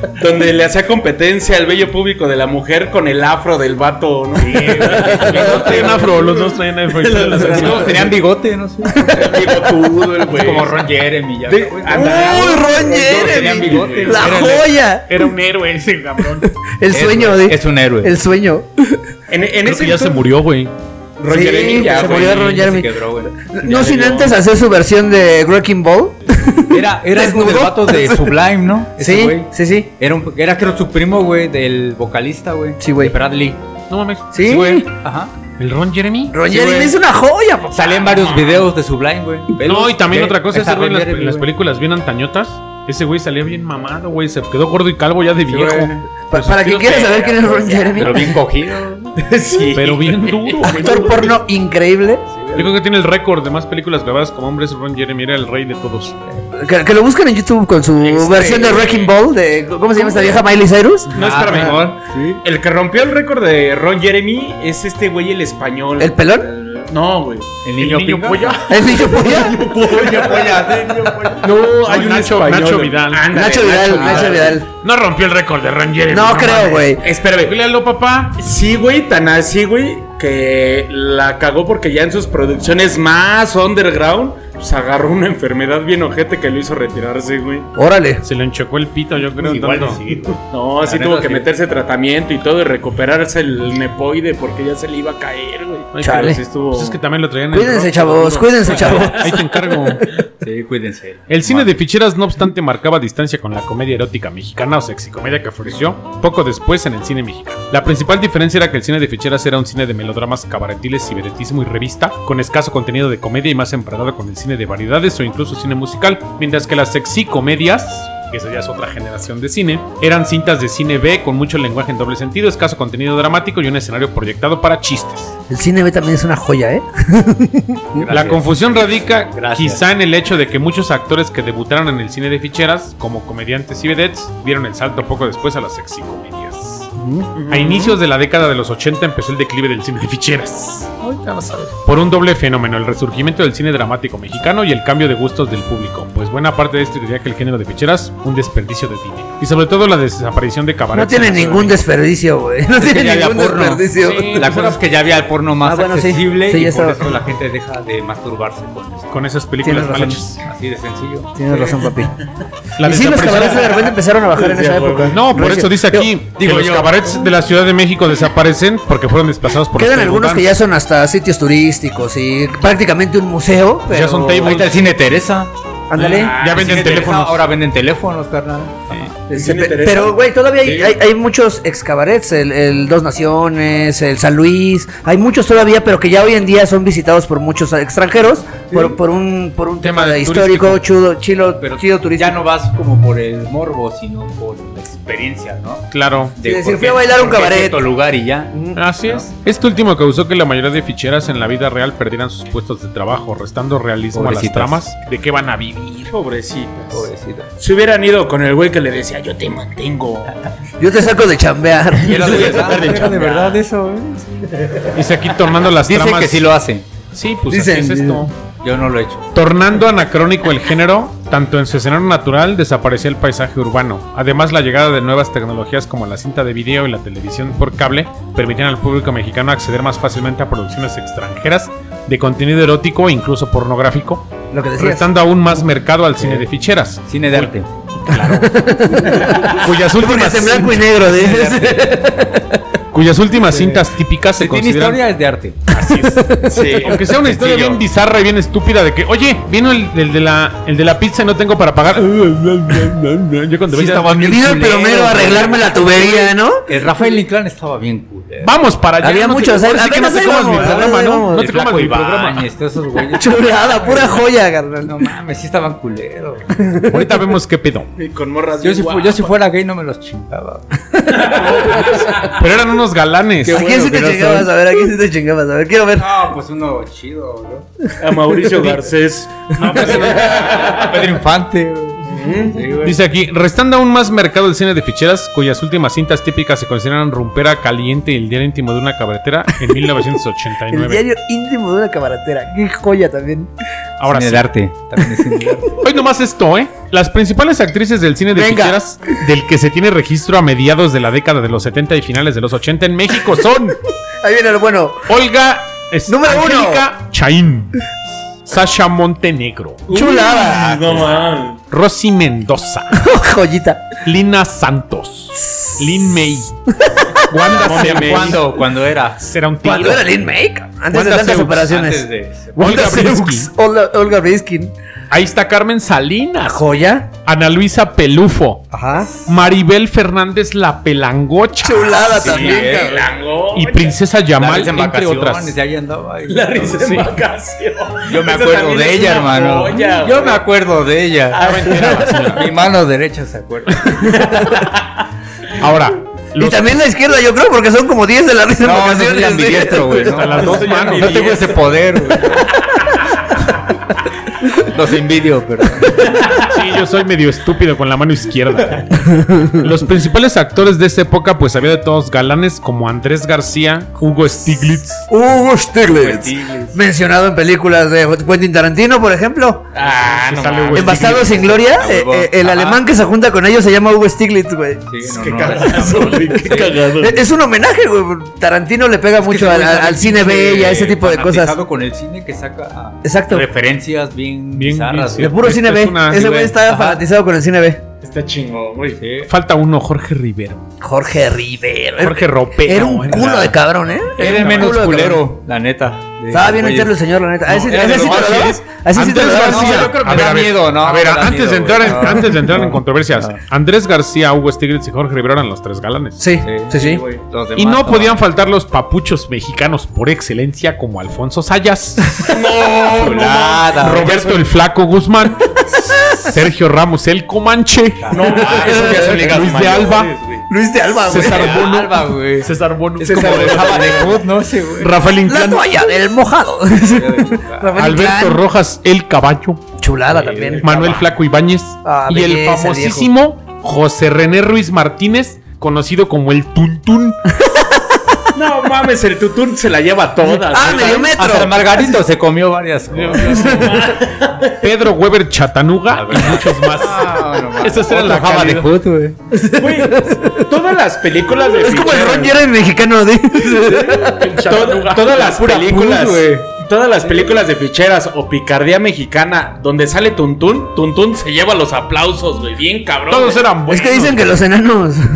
Speaker 6: <laughs>
Speaker 5: Donde le hacía competencia al bello público de la mujer con el afro del vato, ¿no?
Speaker 6: Los dos traen afro, los dos traen afro.
Speaker 7: Todos tenían bigote, no <laughs> sé.
Speaker 5: Bigotudo, el güey.
Speaker 7: Como Ron Jeremy. Ya,
Speaker 5: De-
Speaker 7: güey.
Speaker 5: Ándale.
Speaker 2: ¡Uy, Ron
Speaker 7: Todos tenían
Speaker 2: Jeremy!
Speaker 7: bigote.
Speaker 2: La
Speaker 7: Era el-
Speaker 2: joya.
Speaker 6: Era un héroe ese cabrón.
Speaker 2: El sueño, ¿sí?
Speaker 7: Es un héroe.
Speaker 2: El sueño.
Speaker 5: En, en
Speaker 6: Creo que
Speaker 5: ese
Speaker 6: ya se
Speaker 5: entonces-
Speaker 6: murió, güey.
Speaker 5: Ron
Speaker 2: Sí, pues,
Speaker 5: Jeremy ya,
Speaker 2: se
Speaker 5: güey.
Speaker 2: murió Ron
Speaker 7: Ya se
Speaker 2: Jeremy.
Speaker 7: quebró, güey.
Speaker 2: No sin antes hacer su versión de Wrecking Ball.
Speaker 7: Era, era como el
Speaker 2: Desnudo.
Speaker 7: vato <laughs> de Sublime, ¿no? Ese
Speaker 2: Sí,
Speaker 7: güey.
Speaker 2: sí, sí.
Speaker 7: Era, un, era creo su primo, güey, del vocalista, güey.
Speaker 2: Sí, güey.
Speaker 7: De Bradley.
Speaker 6: No mames.
Speaker 2: Sí.
Speaker 7: güey. Ajá.
Speaker 6: ¿El Ron Jeremy?
Speaker 2: Ron
Speaker 7: Sí,
Speaker 2: Jeremy
Speaker 7: güey.
Speaker 2: es una joya, papá.
Speaker 7: Salían
Speaker 3: Ah.
Speaker 7: varios videos de Sublime, güey.
Speaker 6: No, y también otra cosa, ese
Speaker 7: es
Speaker 6: güey en las, en las películas bien antañotas, ese güey salía bien mamado, güey, se quedó gordo y calvo ya de
Speaker 7: Sí,
Speaker 6: viejo.
Speaker 7: güey.
Speaker 2: Pa- para quien quiera saber quién Pues es Ron
Speaker 7: Pero
Speaker 2: Jeremy.
Speaker 7: bien
Speaker 5: <laughs>
Speaker 7: cogido.
Speaker 5: Sí.
Speaker 2: <laughs>
Speaker 6: Pero bien duro, güey.
Speaker 2: Actor porno increíble.
Speaker 6: Yo creo que tiene el récord de más películas grabadas como hombres, Ron Jeremy era el rey de todos.
Speaker 2: Que, que lo busquen en YouTube con su versión de Wrecking Ball. De, ¿Cómo se llama esta vieja? Miley Cyrus.
Speaker 6: No, espérame.
Speaker 5: amor. El que rompió el récord de Ron Jeremy es este güey, el español.
Speaker 2: ¿El pelón?
Speaker 5: No, güey.
Speaker 7: El niño, pinga.
Speaker 2: ¿El <laughs> niño polla?
Speaker 5: No, hay
Speaker 6: No,
Speaker 5: un
Speaker 6: Nacho-
Speaker 5: español.
Speaker 6: Nacho Vidal.
Speaker 5: Ándale,
Speaker 2: Nacho Vidal, Nacho Vidal.
Speaker 6: No rompió el récord de Ron Jeremy.
Speaker 2: No creo,
Speaker 6: mames.
Speaker 2: güey.
Speaker 5: Espérame.
Speaker 6: Googlealo, papá.
Speaker 5: Sí, güey, tan así, güey, que la cagó porque ya en sus producciones más underground, pues agarró una enfermedad bien ojete que lo hizo retirarse, güey.
Speaker 2: Órale.
Speaker 6: Se le enchocó el pito, yo
Speaker 2: Pues
Speaker 6: creo. tanto.
Speaker 5: No, así
Speaker 7: neta,
Speaker 5: tuvo que
Speaker 7: sí.
Speaker 5: meterse tratamiento y todo y recuperarse el nepoide porque ya se le iba a caer, güey.
Speaker 6: Ay,
Speaker 2: Chale.
Speaker 6: pero
Speaker 5: sí estuvo-
Speaker 6: Pues es que también lo traían en el
Speaker 2: Cuídense,
Speaker 6: rock.
Speaker 2: chavos. Cuídense, chavos. <laughs>
Speaker 6: Ahí te encargo.
Speaker 7: Sí, cuídense.
Speaker 6: El cine de ficheras, no obstante, marcaba distancia con la comedia erótica mexicana o sexicomedia que ofreció poco después en el cine mexicano. La principal diferencia era que el cine de ficheras era un cine de melodramas cabaretiles, ciberetismo y revista, con escaso contenido de comedia y más emparentado con el cine de variedades o incluso cine musical, mientras que las sexicomedias que esa ya es otra generación de cine, eran cintas de cine B con mucho lenguaje en doble sentido, escaso contenido dramático y un escenario proyectado para chistes.
Speaker 2: El cine B también es una joya, ¿eh?
Speaker 6: La confusión radica
Speaker 7: Gracias.
Speaker 6: quizá en el hecho de que muchos actores que debutaron en el cine de ficheras, como comediantes y vedettes, dieron el salto poco después a las sexicomedias. A inicios de la década de los 80 empezó el declive del cine de ficheras. Por un doble fenómeno, el resurgimiento del cine dramático mexicano y el cambio de gustos del público, pues buena parte de esto diría que el género de ficheras un desperdicio de dinero. Y sobre todo la desaparición de cabarets.
Speaker 2: No tiene
Speaker 6: en la
Speaker 2: ningún
Speaker 6: ciudad
Speaker 2: desperdicio, güey.
Speaker 7: <laughs>
Speaker 6: <laughs>
Speaker 2: No tiene
Speaker 7: ya había
Speaker 2: ningún
Speaker 7: porno.
Speaker 2: desperdicio.
Speaker 6: Sí.
Speaker 7: La cosa es que ya había el porno más
Speaker 2: Ah, bueno, sí.
Speaker 7: accesible
Speaker 2: Sí,
Speaker 7: y
Speaker 2: ya
Speaker 7: por
Speaker 2: estaba.
Speaker 7: eso la gente deja de masturbarse con
Speaker 6: de-
Speaker 7: esto.
Speaker 6: Con esas películas
Speaker 2: Tienes
Speaker 6: mal
Speaker 2: razón.
Speaker 6: hechas.
Speaker 7: Así de sencillo.
Speaker 2: Tienes razón, papi.
Speaker 6: La
Speaker 2: y sí, los
Speaker 6: desaparición-
Speaker 2: cabarets de repente empezaron a bajar en esa época.
Speaker 6: No, por
Speaker 2: Lo
Speaker 6: eso
Speaker 2: hice-
Speaker 6: dice aquí
Speaker 2: Yo-
Speaker 6: que los cabarets de la Ciudad de México desaparecen porque fueron desplazados por los
Speaker 2: Quedan
Speaker 6: table
Speaker 2: algunos que ya
Speaker 6: dance.
Speaker 2: son hasta sitios turísticos y prácticamente un museo. Pero...
Speaker 6: Ya son table-
Speaker 7: Ahí está el cine Teresa.
Speaker 2: Ándale.
Speaker 6: Ah, Ya venden
Speaker 7: El cine Teresa,
Speaker 6: teléfonos.
Speaker 7: Ahora venden teléfonos, carnal.
Speaker 2: Este,
Speaker 5: Sí me
Speaker 2: pe-
Speaker 5: interesa.
Speaker 2: pero, güey, todavía hay,
Speaker 5: Sí.
Speaker 2: hay- hay muchos ex cabarets, el, el Dos Naciones, el San Luis, hay muchos todavía, pero que ya hoy en día son visitados por muchos extranjeros por, por un por un
Speaker 6: Tema
Speaker 2: tema, de
Speaker 6: turístico.
Speaker 2: histórico, chudo, chilo,
Speaker 7: Pero
Speaker 2: chido turístico.
Speaker 7: ya no vas como por el morbo, sino por la experiencia, ¿no?
Speaker 6: Claro.
Speaker 2: Sí, decir,
Speaker 7: por
Speaker 2: fui a
Speaker 7: qué-
Speaker 2: bailar un
Speaker 7: por qué
Speaker 2: cabaret.
Speaker 7: cierto lugar y ya.
Speaker 6: Así es. Esto último causó que la mayoría de ficheras en la vida real perdieran sus puestos de trabajo, restando realismo
Speaker 7: Pobrecitas.
Speaker 6: a las tramas de qué van a vivir.
Speaker 5: Pobrecitas.
Speaker 7: Pobrecito.
Speaker 5: Si hubieran ido con el güey que le decía, yo te mantengo.
Speaker 2: Yo te saco de chambear.
Speaker 7: de verdad eso,
Speaker 6: Dice aquí tornando las
Speaker 7: Dicen
Speaker 6: tramas.
Speaker 7: que sí lo hacen.
Speaker 6: Sí, pues
Speaker 2: Dicen,
Speaker 6: así es esto.
Speaker 7: Yo no lo he hecho.
Speaker 6: Tornando anacrónico el género, tanto en su escenario natural desaparecía el paisaje urbano. Además, la llegada de nuevas tecnologías como la cinta de video y la televisión por cable permitían al público mexicano acceder más fácilmente a producciones extranjeras de contenido erótico e incluso pornográfico,
Speaker 2: Lo que decías.
Speaker 6: restando aún más mercado al cine de ficheras,
Speaker 7: Cine de arte.
Speaker 6: cuyas
Speaker 2: Tú ponías
Speaker 6: últimas,
Speaker 2: en blanco y negro, dices.
Speaker 6: cuyas últimas cintas típicas se
Speaker 7: Si tiene
Speaker 6: consideran
Speaker 7: historia es de arte.
Speaker 5: <laughs>
Speaker 6: Aunque sea una historia bien bizarra y bien estúpida de que, oye, vino el, el de, la, el de la pizza y no tengo para pagar. Yo cuando veía-
Speaker 2: Vino el plomero a arreglarme la tubería, ¿no?
Speaker 7: El Rafael Inclán estaba bien culero.
Speaker 6: Vamos para allá.
Speaker 2: Había
Speaker 6: no te-
Speaker 2: muchos,
Speaker 6: ahora
Speaker 2: ¿eh?
Speaker 6: sí que no
Speaker 2: Apenas
Speaker 6: te comas mi
Speaker 2: íbamos,
Speaker 6: programa, ¿no?
Speaker 2: apenas
Speaker 6: No
Speaker 7: El
Speaker 6: te comas
Speaker 7: Flaco
Speaker 6: mi programa.
Speaker 7: Ibáñez, todos esos güeyes.
Speaker 2: Chulada, pura joya, carnal.
Speaker 7: No mames, sí estaban culeros.
Speaker 6: Ahorita vemos qué pedo.
Speaker 5: Y con morras
Speaker 7: Yo
Speaker 5: bien
Speaker 7: si, fu- yo
Speaker 5: guapas.
Speaker 7: si fuera gay no me los chingaba.
Speaker 6: Pero eran unos galanes.
Speaker 2: ¿A
Speaker 7: bueno
Speaker 2: quién sí
Speaker 7: que
Speaker 2: te
Speaker 7: no
Speaker 2: chingabas?
Speaker 7: son.
Speaker 2: A ver, ¿a quién sí te chingabas? A ver, quiero ver.
Speaker 7: No, pues uno chido, bro.
Speaker 5: A Mauricio Garcés.
Speaker 7: Ah, Pedro Infante.
Speaker 6: Dice aquí, restando aún más mercado el cine de ficheras, cuyas últimas cintas típicas se consideran Rumpera Caliente y El Diario Íntimo de una Cabaretera en
Speaker 2: El
Speaker 6: 1989.
Speaker 2: diario íntimo de una cabaretera. Qué joya también.
Speaker 6: Ahora
Speaker 7: cine
Speaker 6: sí.
Speaker 7: de arte. También es cine de arte.
Speaker 6: Hoy nomás esto, ¿eh? Las principales actrices del cine de
Speaker 2: Venga.
Speaker 6: ficheras del que se tiene registro a mediados de la década de los 70 y finales de los 80 en México son
Speaker 2: Ahí viene lo bueno. <laughs>
Speaker 6: Olga es
Speaker 2: Número uno.
Speaker 6: Angélica Chaín, Sasha Montenegro,
Speaker 2: Chulada.
Speaker 5: Uy, Ah, No man.
Speaker 2: <laughs>
Speaker 6: Rosy Mendoza,
Speaker 2: Joyita.
Speaker 6: Lina Santos, Lin May, Wanda Serra- Wanda
Speaker 7: ¿Cuándo? ¿Cuándo era?
Speaker 6: será un
Speaker 2: Cuando
Speaker 6: tiro.
Speaker 2: era Lin Make. Antes de
Speaker 6: Wanda
Speaker 2: tantas
Speaker 6: Seux,
Speaker 2: operaciones.
Speaker 7: Antes de...
Speaker 2: Wanda
Speaker 6: Olga
Speaker 2: Seux,
Speaker 6: Brinsky.
Speaker 2: Olga Olga Briskin.
Speaker 6: Ahí está Carmen Salinas,
Speaker 2: Joya.
Speaker 6: Ana Luisa Pelufo,
Speaker 2: Ajá.
Speaker 6: Maribel Fernández La Pelangocha
Speaker 5: ah,
Speaker 2: Chulada también,
Speaker 7: eh,
Speaker 2: cabrón.
Speaker 6: y Princesa
Speaker 7: La
Speaker 6: Yamal,
Speaker 7: risa en
Speaker 6: entre otras.
Speaker 7: vacaciones, y ahí andaba. y-
Speaker 5: La risa
Speaker 6: Sí.
Speaker 5: en vacación.
Speaker 7: Yo me
Speaker 5: Esa
Speaker 7: acuerdo
Speaker 5: también
Speaker 7: de
Speaker 5: es
Speaker 7: ella,
Speaker 5: una
Speaker 7: hermano.
Speaker 5: joya,
Speaker 7: Yo me
Speaker 5: güey.
Speaker 7: acuerdo de ella. Mi mano derecha se acuerda.
Speaker 6: Ahora,
Speaker 2: Y
Speaker 6: los-
Speaker 2: también la izquierda, yo creo, porque son como 10 de la este. risa en
Speaker 7: No, no
Speaker 2: vacaciones.
Speaker 7: soy ambidiestro, güey. No,
Speaker 6: Hasta las dos
Speaker 7: Soy
Speaker 6: manos.
Speaker 7: No tengo ese poder, güey. Los envidio, pero.
Speaker 6: Sí, yo soy medio estúpido con la mano izquierda. Los principales actores de esa época, pues había de todos galanes como Andrés García, Hugo Stiglitz.
Speaker 2: Hugo Stiglitz. Mencionado en películas de Quentin Tarantino, por ejemplo.
Speaker 6: Ah, no. Sale
Speaker 2: <laughs>
Speaker 6: Hugo
Speaker 2: En Bastardos
Speaker 6: Stiglitz.
Speaker 2: en Gloria,
Speaker 7: Ah, huevón.
Speaker 2: eh, eh, el
Speaker 7: Ajá.
Speaker 2: alemán que se junta con ellos se llama Hugo Stiglitz, güey.
Speaker 7: Sí, no,
Speaker 5: Qué
Speaker 7: no,
Speaker 5: cagazo,
Speaker 7: no, no.
Speaker 5: güey, qué cagado.
Speaker 2: Eh, Es un homenaje, güey. Tarantino le pega
Speaker 7: Es que
Speaker 2: mucho
Speaker 7: ese
Speaker 2: al,
Speaker 7: güey
Speaker 2: al-
Speaker 7: está
Speaker 2: al cine
Speaker 7: pinche
Speaker 2: B y a ese tipo de cosas.
Speaker 7: fanatizado con el cine que saca ah,
Speaker 2: Exacto.
Speaker 7: referencias bien,
Speaker 6: Bien
Speaker 7: bizarras.
Speaker 2: De
Speaker 6: bien,
Speaker 7: güey.
Speaker 2: puro
Speaker 6: Esta
Speaker 2: cine
Speaker 6: es
Speaker 2: B.
Speaker 6: una-
Speaker 2: Ese
Speaker 6: sí,
Speaker 2: güey
Speaker 7: güey.
Speaker 2: está
Speaker 7: Ajá.
Speaker 2: fanatizado con el cine B.
Speaker 5: Está chingón, güey.
Speaker 6: Falta uno, Jorge Rivero.
Speaker 2: Jorge Rivero.
Speaker 6: Jorge Ropero.
Speaker 2: Era un culo de cabrón, ¿eh?
Speaker 7: Era el
Speaker 2: un
Speaker 7: menos
Speaker 2: culo de cabrón.
Speaker 7: culero, la neta.
Speaker 2: Estaba bien
Speaker 7: Oye,
Speaker 2: entero el señor, la neta. A ese,
Speaker 7: era
Speaker 2: a ese
Speaker 7: de
Speaker 2: sí te
Speaker 7: los
Speaker 2: lo dabas.
Speaker 7: Garcias.
Speaker 2: A ese sí te lo
Speaker 6: Ah, Andrés
Speaker 2: dabas.
Speaker 7: García.
Speaker 2: No,
Speaker 7: yo creo que
Speaker 6: A
Speaker 7: me
Speaker 6: ver,
Speaker 7: da
Speaker 6: a ver,
Speaker 7: miedo, no,
Speaker 6: a ver,
Speaker 7: me da
Speaker 6: antes,
Speaker 7: miedo,
Speaker 6: de entrar
Speaker 7: güey,
Speaker 6: en,
Speaker 7: no.
Speaker 6: antes de entrar
Speaker 2: Ah.
Speaker 6: en controversias, Andrés García, Hugo Stiglitz y Jorge Rivero eran los tres galanes.
Speaker 2: Sí, sí, sí.
Speaker 5: güey.
Speaker 7: los demás
Speaker 6: Y no podían faltar los papuchos mexicanos por excelencia como Alfonso Sayas,
Speaker 7: Chulada.
Speaker 6: Roberto el Flaco Guzmán, Sergio Ramos el Comanche,
Speaker 7: No, ah, <laughs> eso ya son ligas
Speaker 6: Luis de
Speaker 7: mayores,
Speaker 6: Alba,
Speaker 5: güey.
Speaker 2: Luis de Alba, güey.
Speaker 6: César Bono.
Speaker 7: Alba, güey.
Speaker 6: César Bono.
Speaker 7: Es como de Java de Hood, ¿no? Ese, güey.
Speaker 6: Rafael
Speaker 2: La
Speaker 6: Inclán.
Speaker 2: toalla del mojado. Rafael
Speaker 6: Alberto
Speaker 2: Inclán.
Speaker 6: Rojas el Caballo. eh,
Speaker 2: Chulada también.
Speaker 6: Manuel Flaco Ibáñez.
Speaker 2: Ah,
Speaker 6: y el
Speaker 2: belleza,
Speaker 6: famosísimo José René Ruiz Martínez, conocido como el Tuntún.
Speaker 5: No mames, el tutún se la lleva toda.
Speaker 2: Ah, medio metro.
Speaker 7: Hasta el Margarito se comió varias cosas.
Speaker 6: Pedro Weber Chatanuga y muchos más.
Speaker 7: <laughs>
Speaker 6: Esas eran la
Speaker 7: Java de
Speaker 6: calidad.
Speaker 7: Hood, güey.
Speaker 5: Güey, todas las películas de
Speaker 2: Es como el
Speaker 5: ficheras,
Speaker 2: Ron Jeremy mexicano de.
Speaker 5: güey. Tod- Todas las películas.
Speaker 7: güey.
Speaker 5: todas las películas de ficheras o picardía mexicana donde sale Tuntún, Tuntún se lleva los aplausos, güey. Bien cabrón.
Speaker 6: Todos
Speaker 5: güey.
Speaker 6: eran
Speaker 2: Es
Speaker 6: buenos.
Speaker 2: que dicen que los enanos. <laughs>
Speaker 6: <laughs>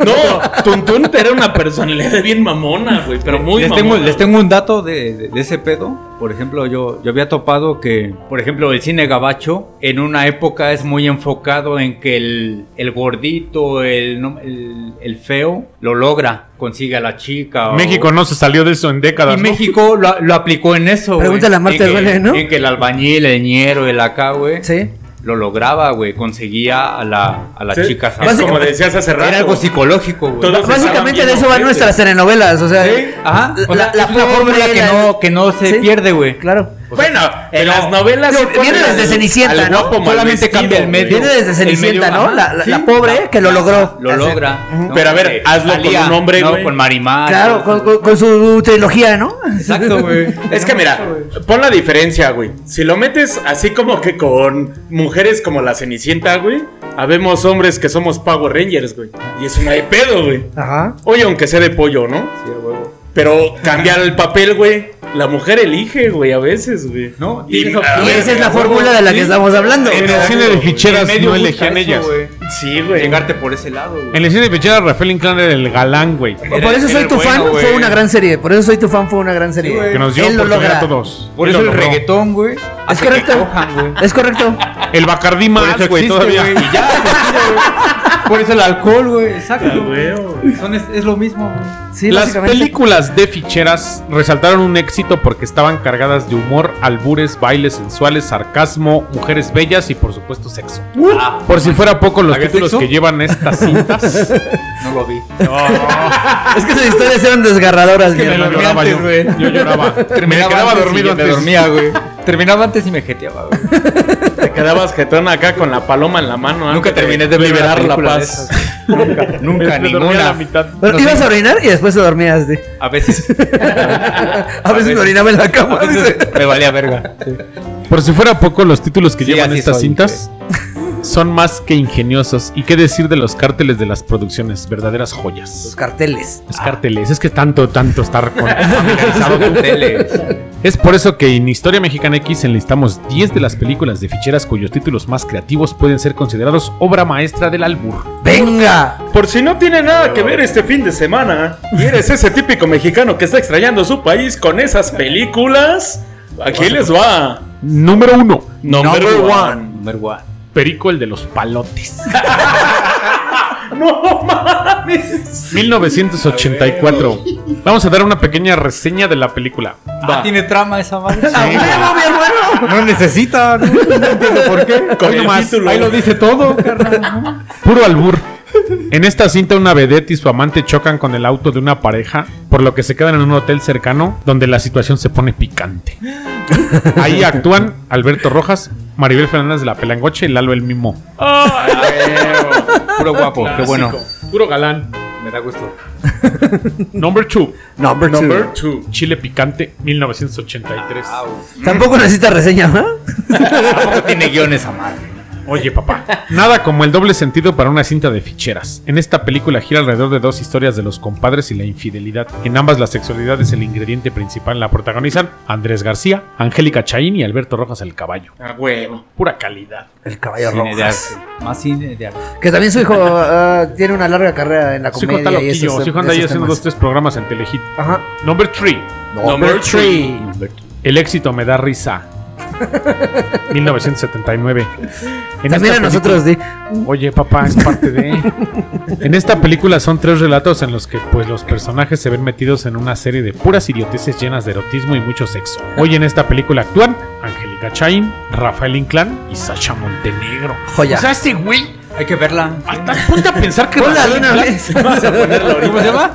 Speaker 5: No, Tuntún era una personalidad bien mamona, güey. Pero muy
Speaker 7: les, tengo,
Speaker 5: mamona,
Speaker 7: les tengo un dato de, de- de ese pedo. Por ejemplo, yo, yo había topado que, por ejemplo, el cine gabacho en una época es muy enfocado en que el, el gordito, el, no- el, el feo, lo logra, consigue a la chica. o-
Speaker 6: México no se salió de eso en décadas.
Speaker 7: Y
Speaker 6: ¿no?
Speaker 7: México lo, lo aplicó en eso. güey.
Speaker 2: Pregúntale a Marta
Speaker 7: En que-
Speaker 2: Duele, ¿no?
Speaker 7: En que el albañil, el ñero, el acá, güey.
Speaker 2: Sí.
Speaker 7: Lo lograba, güey. Conseguía a la, a la
Speaker 5: Sí,
Speaker 7: chica.
Speaker 5: es como decías hace rato.
Speaker 7: Era algo psicológico, güey.
Speaker 5: Todo-
Speaker 2: Básicamente de eso
Speaker 5: Estaban
Speaker 2: van
Speaker 5: bien
Speaker 2: nuestras telenovelas, o sea.
Speaker 7: Ajá.
Speaker 2: La,
Speaker 7: O sea,
Speaker 2: la- la
Speaker 7: es una fórmula que
Speaker 2: la-
Speaker 7: no, que no se
Speaker 2: Sí.
Speaker 7: pierde, güey.
Speaker 2: Claro.
Speaker 7: pues,
Speaker 5: Bueno, en las novelas.
Speaker 2: Digo,
Speaker 5: se ponen
Speaker 2: viene desde
Speaker 5: al-
Speaker 2: Cenicienta,
Speaker 5: al
Speaker 2: ¿no?
Speaker 5: guapo mal
Speaker 7: Solamente
Speaker 5: vestido,
Speaker 7: cambia el
Speaker 5: güey.
Speaker 7: medio.
Speaker 2: Viene desde Cenicienta,
Speaker 7: medio,
Speaker 2: ¿no?
Speaker 7: ajá,
Speaker 2: La, la-
Speaker 7: sí.
Speaker 2: la pobre que lo logró.
Speaker 7: Lo logra. ¿no?
Speaker 5: Pero a ver,
Speaker 7: Eh,
Speaker 5: hazlo con un hombre,
Speaker 7: no,
Speaker 5: güey.
Speaker 7: con Marimar.
Speaker 2: Claro, con, con- con su trilogía, ¿no?
Speaker 7: Ah, Exacto, güey.
Speaker 5: Es que mira, pon la diferencia, güey. Si lo metes así como que con mujeres como la Cenicienta, güey, habemos hombres que somos Power Rangers, güey. Y es una de pedo, güey.
Speaker 2: Ajá.
Speaker 5: Oye, aunque sea de pollo, ¿no? Sí, huevo. Pero cambiar el papel, güey. La mujer elige, güey, a veces, güey.
Speaker 7: No,
Speaker 5: y,
Speaker 7: tienes
Speaker 5: a
Speaker 2: Y
Speaker 5: ver,
Speaker 2: esa es la
Speaker 5: güey,
Speaker 2: fórmula de la que
Speaker 5: sí.
Speaker 2: estamos hablando.
Speaker 6: En el cine de ficheras no elegían ellas.
Speaker 5: Sí, güey.
Speaker 7: Llegarte por ese lado, güey.
Speaker 6: En el cine de ficheras, Rafael Inclán era el galán, güey.
Speaker 2: Por eso soy tu fan, fue una gran serie. Por eso soy tu fan, fue una gran serie.
Speaker 6: Que nos dio
Speaker 2: Él lo
Speaker 6: oportunidad
Speaker 2: logra.
Speaker 6: a todos.
Speaker 7: Por
Speaker 6: Él
Speaker 7: eso
Speaker 6: lo
Speaker 7: el
Speaker 6: logró.
Speaker 7: reggaetón, güey.
Speaker 2: Es
Speaker 7: hace que
Speaker 2: correcto.
Speaker 7: cojan, güey.
Speaker 2: Es correcto.
Speaker 6: El Bacardí más, güey,
Speaker 7: existe,
Speaker 6: todavía.
Speaker 7: güey, y ya, se tira, güey. Por eso el alcohol, güey.
Speaker 5: Ah,
Speaker 7: Exacto.
Speaker 5: güey, güey.
Speaker 7: Son, es, es lo mismo, güey.
Speaker 2: Sí,
Speaker 6: Las
Speaker 2: básicamente.
Speaker 6: películas de ficheras resaltaron un éxito porque estaban cargadas de humor, albures, bailes sensuales, sarcasmo, mujeres bellas y por supuesto sexo. por si fuera poco los
Speaker 7: ¿Había
Speaker 6: títulos
Speaker 7: sexo?
Speaker 6: que llevan estas cintas.
Speaker 7: No lo vi.
Speaker 2: Es que sus historias eran desgarradoras, mi
Speaker 6: me lo
Speaker 2: hermano.
Speaker 6: lloraba
Speaker 7: antes,
Speaker 6: yo.
Speaker 7: güey.
Speaker 6: Yo
Speaker 7: <laughs>
Speaker 6: lloraba. Me quedaba
Speaker 7: antes y
Speaker 6: dormido
Speaker 7: me
Speaker 6: antes.
Speaker 7: dormía, güey. Terminaba antes y me jeteaba, güey.
Speaker 5: Te quedabas jetón acá con la paloma en la mano. antes
Speaker 7: Nunca terminé de ver
Speaker 5: liberar
Speaker 7: una
Speaker 5: la
Speaker 7: película de
Speaker 5: paz.
Speaker 7: esas, güey. Nunca, nunca,
Speaker 6: Me dormía a la
Speaker 7: ninguna.
Speaker 6: mitad.
Speaker 2: Pero
Speaker 7: No
Speaker 2: ibas
Speaker 7: sé.
Speaker 2: a orinar y después te dormías. di.
Speaker 7: A veces,
Speaker 6: <laughs>
Speaker 2: A veces me orinaba en la
Speaker 7: a
Speaker 2: cama. dice.
Speaker 7: veces me valía verga.
Speaker 6: Por si fuera poco los títulos que
Speaker 7: Sí,
Speaker 6: llevan
Speaker 7: así
Speaker 6: estas
Speaker 7: soy,
Speaker 6: cintas son más que ingeniosos. ¿Y qué decir de los cárteles de las producciones? Verdaderas joyas.
Speaker 2: Los carteles.
Speaker 6: Los cárteles. Es que tanto, tanto estar con... familiarizado tú.
Speaker 7: Tele.
Speaker 6: Es por eso que en Historia Mexicana X enlistamos 10 de las películas de ficheras cuyos títulos más creativos pueden ser considerados obra maestra del albur.
Speaker 2: ¡Venga!
Speaker 5: Por si no tiene nada que ver este fin de semana y eres ese típico mexicano que está extrañando su país con esas películas, aquí les va.
Speaker 6: Número 1.
Speaker 5: Number, one.
Speaker 7: Number one.
Speaker 6: Perico el de los palotes.
Speaker 5: No mames.
Speaker 6: 1984. Vamos a dar una pequeña reseña de la película.
Speaker 7: Ah, tiene trama esa madre.
Speaker 2: ¡A huevo, Ah, mi hermano!
Speaker 7: No necesita, no, no entiendo por qué.
Speaker 5: <laughs> Con
Speaker 6: Hoy
Speaker 5: el
Speaker 6: nomás,
Speaker 5: título.
Speaker 6: ahí lo dice todo, carnal. Puro albur. En esta cinta una vedette y su amante chocan con el auto de una pareja, por lo que se quedan en un hotel cercano donde la situación se pone picante. Ahí actúan Alberto Rojas, Maribel Fernández de la Pelangoche y Lalo el Mimo.
Speaker 7: Puro guapo, qué bueno.
Speaker 6: Puro galán.
Speaker 7: Me da gusto.
Speaker 6: Number 2,
Speaker 2: Number two.
Speaker 5: Number two.
Speaker 6: Chile Picante, 1983.
Speaker 5: Ah,
Speaker 7: <laughs>
Speaker 2: Tampoco necesita reseña, ¿no?
Speaker 7: Tampoco tiene guiones a madre.
Speaker 6: Oye, papá. Nada como el doble sentido para una cinta de ficheras. En esta película gira alrededor de dos historias de los compadres y la infidelidad. En ambas la sexualidad es el ingrediente principal. La protagonizan Andrés García, Angélica Chaín y Alberto Rojas el Caballo.
Speaker 5: A huevo.
Speaker 6: Pura calidad.
Speaker 2: El caballo
Speaker 7: Cine de
Speaker 2: rojas.
Speaker 7: arte. Más cine de arte.
Speaker 2: Que también su hijo ah, tiene una larga carrera en la
Speaker 6: Su hijo
Speaker 2: comedia.
Speaker 6: está
Speaker 2: y esos,
Speaker 6: loquillo. Su hijo anda ahí
Speaker 2: esos
Speaker 6: haciendo
Speaker 2: temas.
Speaker 6: dos, tres programas en Telehit.
Speaker 2: Ajá.
Speaker 6: Number 3.
Speaker 5: Number three.
Speaker 6: El éxito me
Speaker 2: <laughs>
Speaker 6: da risa. 1979. En
Speaker 2: También
Speaker 6: esta
Speaker 2: a nosotros, di.
Speaker 6: Oye, papá, es parte de. <laughs> en esta película son tres relatos en los que, pues, los personajes se ven metidos en una serie de puras idioteces llenas de erotismo y mucho sexo. Hoy en esta película actúan Angélica Chain, Rafael Inclán y Sasha Montenegro.
Speaker 2: Joya.
Speaker 6: O sea, este güey,
Speaker 7: Hay que verla.
Speaker 6: hasta ponte a pensar
Speaker 7: <laughs>
Speaker 6: que
Speaker 2: Hola,
Speaker 6: Rafael
Speaker 2: de una
Speaker 6: Inclán-
Speaker 2: vez.
Speaker 7: ¿Cómo se llama?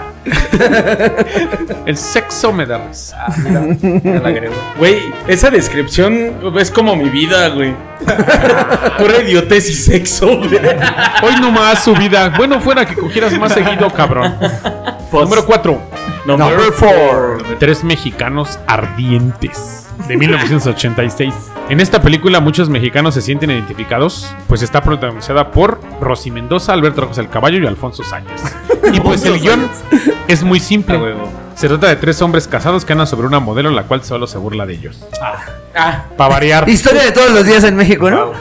Speaker 6: el sexo me da risa.
Speaker 5: Güey, esa descripción es como mi vida, güey. Pura idiotez y sexo, güey.
Speaker 6: Hoy nomás su vida. Bueno, fuera que cogieras más seguido, cabrón. Número 4.
Speaker 5: Number four.
Speaker 6: Tres mexicanos ardientes de 1986.
Speaker 5: <laughs>
Speaker 6: En esta película muchos mexicanos se sienten identificados, pues está protagonizada por Rosy
Speaker 5: <laughs>
Speaker 6: Mendoza, Alberto Rojas el Caballo y Alfonso Sánchez. Y pues el guión es muy simple. Se trata de tres hombres casados que andan sobre una modelo la cual solo se burla de ellos.
Speaker 5: Ah,
Speaker 6: Para variar.
Speaker 2: Historia de todos los días en México, ¿no?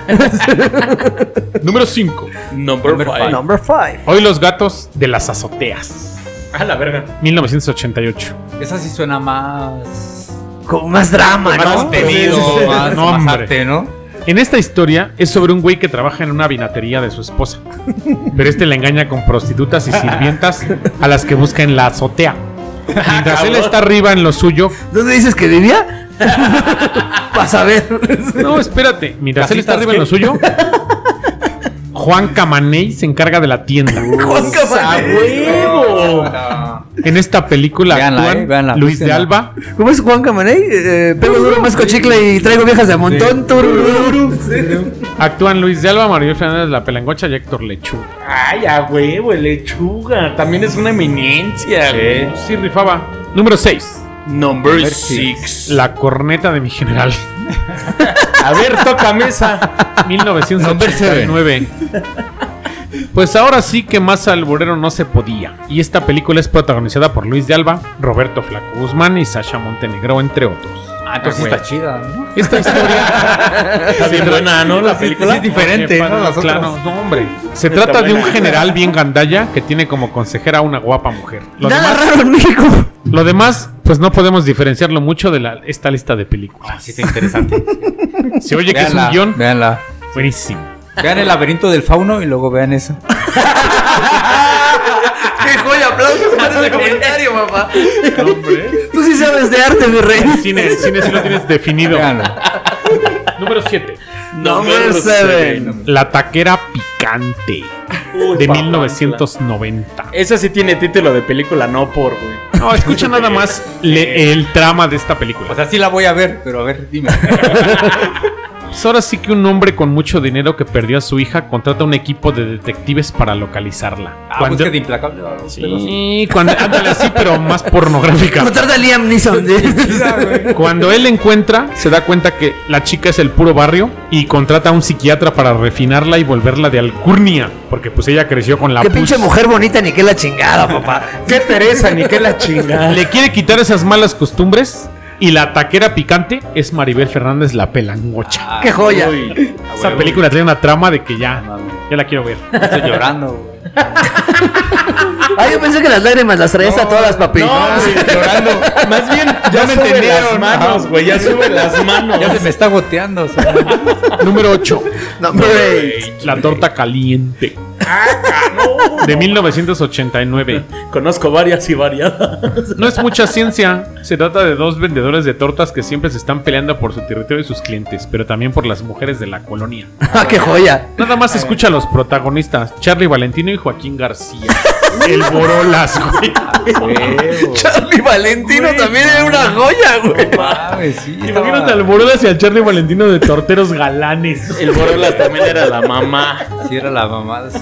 Speaker 6: Número 5.
Speaker 5: number five.
Speaker 2: Number 5.
Speaker 6: Hoy los gatos de las azoteas.
Speaker 5: Ah, la verga.
Speaker 6: 1988.
Speaker 7: Esa sí suena más.
Speaker 2: Con más drama,
Speaker 6: Ah,
Speaker 5: Más
Speaker 2: ¿no?
Speaker 5: temido,
Speaker 7: más,
Speaker 6: No,
Speaker 7: más
Speaker 6: hombre.
Speaker 7: arte, ¿no?
Speaker 6: En esta historia es sobre un güey que trabaja en una vinatería de su esposa. Pero este la engaña con prostitutas y sirvientas a las que busca en la azotea. Mientras él está arriba en lo suyo.
Speaker 2: ¿Dónde dices que
Speaker 6: <laughs>
Speaker 2: vivía? <laughs> Para saber.
Speaker 6: No, espérate. Mientras él está
Speaker 7: ¿Casitas
Speaker 6: arriba en lo suyo. Juan Camaney se encarga de la
Speaker 7: <laughs>
Speaker 6: tienda.
Speaker 2: Juan Camaney.
Speaker 6: En esta película
Speaker 7: Véanla,
Speaker 6: actúan
Speaker 7: eh, véanla,
Speaker 6: Luis de
Speaker 7: búsquenla.
Speaker 6: Alba,
Speaker 2: ¿Cómo es Juan Camaney? Eh, pego duro, más cochicle y traigo viejas de a montón. tururú. Sí.
Speaker 6: actúan Luis de Alba, Mario Fernández, La Pelangocha y Héctor Lechuga.
Speaker 5: Ay, a huevo, el lechuga. También es una eminencia, güey.
Speaker 6: Sí, rifaba. Número 6.
Speaker 5: Number six.
Speaker 6: La corneta de mi general.
Speaker 5: A ver, toca mesa.
Speaker 6: 1989. Pues ahora sí que más alborero no se podía. Y esta película es protagonizada por Luis de Alba, Roberto Flaco Guzmán y Sasha Montenegro, entre otros.
Speaker 7: Ah, entonces está chida, ¿no?
Speaker 6: Esta historia
Speaker 5: Está bien buena, ¿no? La película.
Speaker 7: diferente,
Speaker 6: Oye,
Speaker 7: ¿no?
Speaker 6: padre,
Speaker 7: Las otras.
Speaker 6: claro, no, hombre. Se
Speaker 5: Está
Speaker 6: trata de un
Speaker 5: buena.
Speaker 6: general bien gandalla que tiene como consejera a una guapa mujer. Lo
Speaker 2: Nada
Speaker 6: demás,
Speaker 2: raro en México.
Speaker 6: lo demás, pues no podemos diferenciarlo mucho de la, esta lista de películas.
Speaker 7: Ah, sí está interesante.
Speaker 6: Se oye que es un
Speaker 7: Véanla,
Speaker 6: guión
Speaker 7: Véanla.
Speaker 6: buenísimo.
Speaker 7: Vean el laberinto del fauno y luego vean esa.
Speaker 2: ¡Qué joya! Aplausos por ese comentario, papá. Tú sí sabes de arte, mi rey.
Speaker 6: El cine, el cine sí lo tienes definido.
Speaker 7: Véanla.
Speaker 6: Número 7.
Speaker 2: Number seven.
Speaker 6: La taquera picante de 1990.
Speaker 5: Esa sí tiene título de película, no por, güey.
Speaker 6: Eh, No, escucha nada más le- el trama de esta película.
Speaker 7: O sea, sí la voy a ver, pero a ver,
Speaker 6: <laughs>
Speaker 7: dime.
Speaker 6: Pues ahora sí que un hombre con mucho dinero que perdió a su hija contrata un equipo de detectives para localizarla.
Speaker 7: Ah,
Speaker 6: cuando...
Speaker 7: búsqueda de implacable. ah, pero sí.
Speaker 6: Sí, cuando... ándale así, pero más pornográfica. <laughs>
Speaker 2: No tarda Liam Neeson. de-
Speaker 6: Cuando él la encuentra, se da cuenta que la chica es el puro barrio y contrata a un psiquiatra para refinarla y volverla de alcurnia, porque pues ella creció con la
Speaker 2: Qué
Speaker 6: pus.
Speaker 2: pinche mujer bonita, ni que la chingada, papá.
Speaker 5: ¿Qué Teresa? Ni qué la chingada.
Speaker 6: Le quiere quitar esas malas costumbres y la taquera picante es Maribel Fernández la pelangocha.
Speaker 5: Ah,
Speaker 7: Ah,
Speaker 2: ¡Qué joya!
Speaker 6: Esa película tiene una trama de que ya, ya la quiero ver.
Speaker 7: Estoy llorando, güey.
Speaker 2: Ah, yo pensé que las lágrimas las traías a todas las papi.
Speaker 5: No, güey, llorando. Más bien, ya,
Speaker 6: Ya me
Speaker 5: me sube las
Speaker 6: entendieron,
Speaker 5: manos,
Speaker 6: ajá.
Speaker 5: güey. Ya sube las manos.
Speaker 7: Ya se me está goteando. o sea.
Speaker 6: <laughs> Número
Speaker 5: <laughs>
Speaker 6: 8.
Speaker 2: No, hombre.
Speaker 6: La torta caliente. De 1989.
Speaker 5: Conozco varias y variadas.
Speaker 6: No es mucha ciencia. Se trata de dos vendedores de tortas que siempre se están peleando por su territorio y sus clientes, pero también por las mujeres de la colonia.
Speaker 2: <laughs> Ah, qué joya.
Speaker 6: Nada más escucha a los protagonistas, Charlie Valentino y Joaquín García. <laughs> El Borolas, güey.
Speaker 2: Charlie Valentino también era una joya, güey.
Speaker 7: Mames, sí, estaba-
Speaker 6: Imagínate al Borolas y al Charlie Valentino de torteros galanes.
Speaker 5: El Borolas también era la mamá.
Speaker 7: Sí, era la mamada. sí,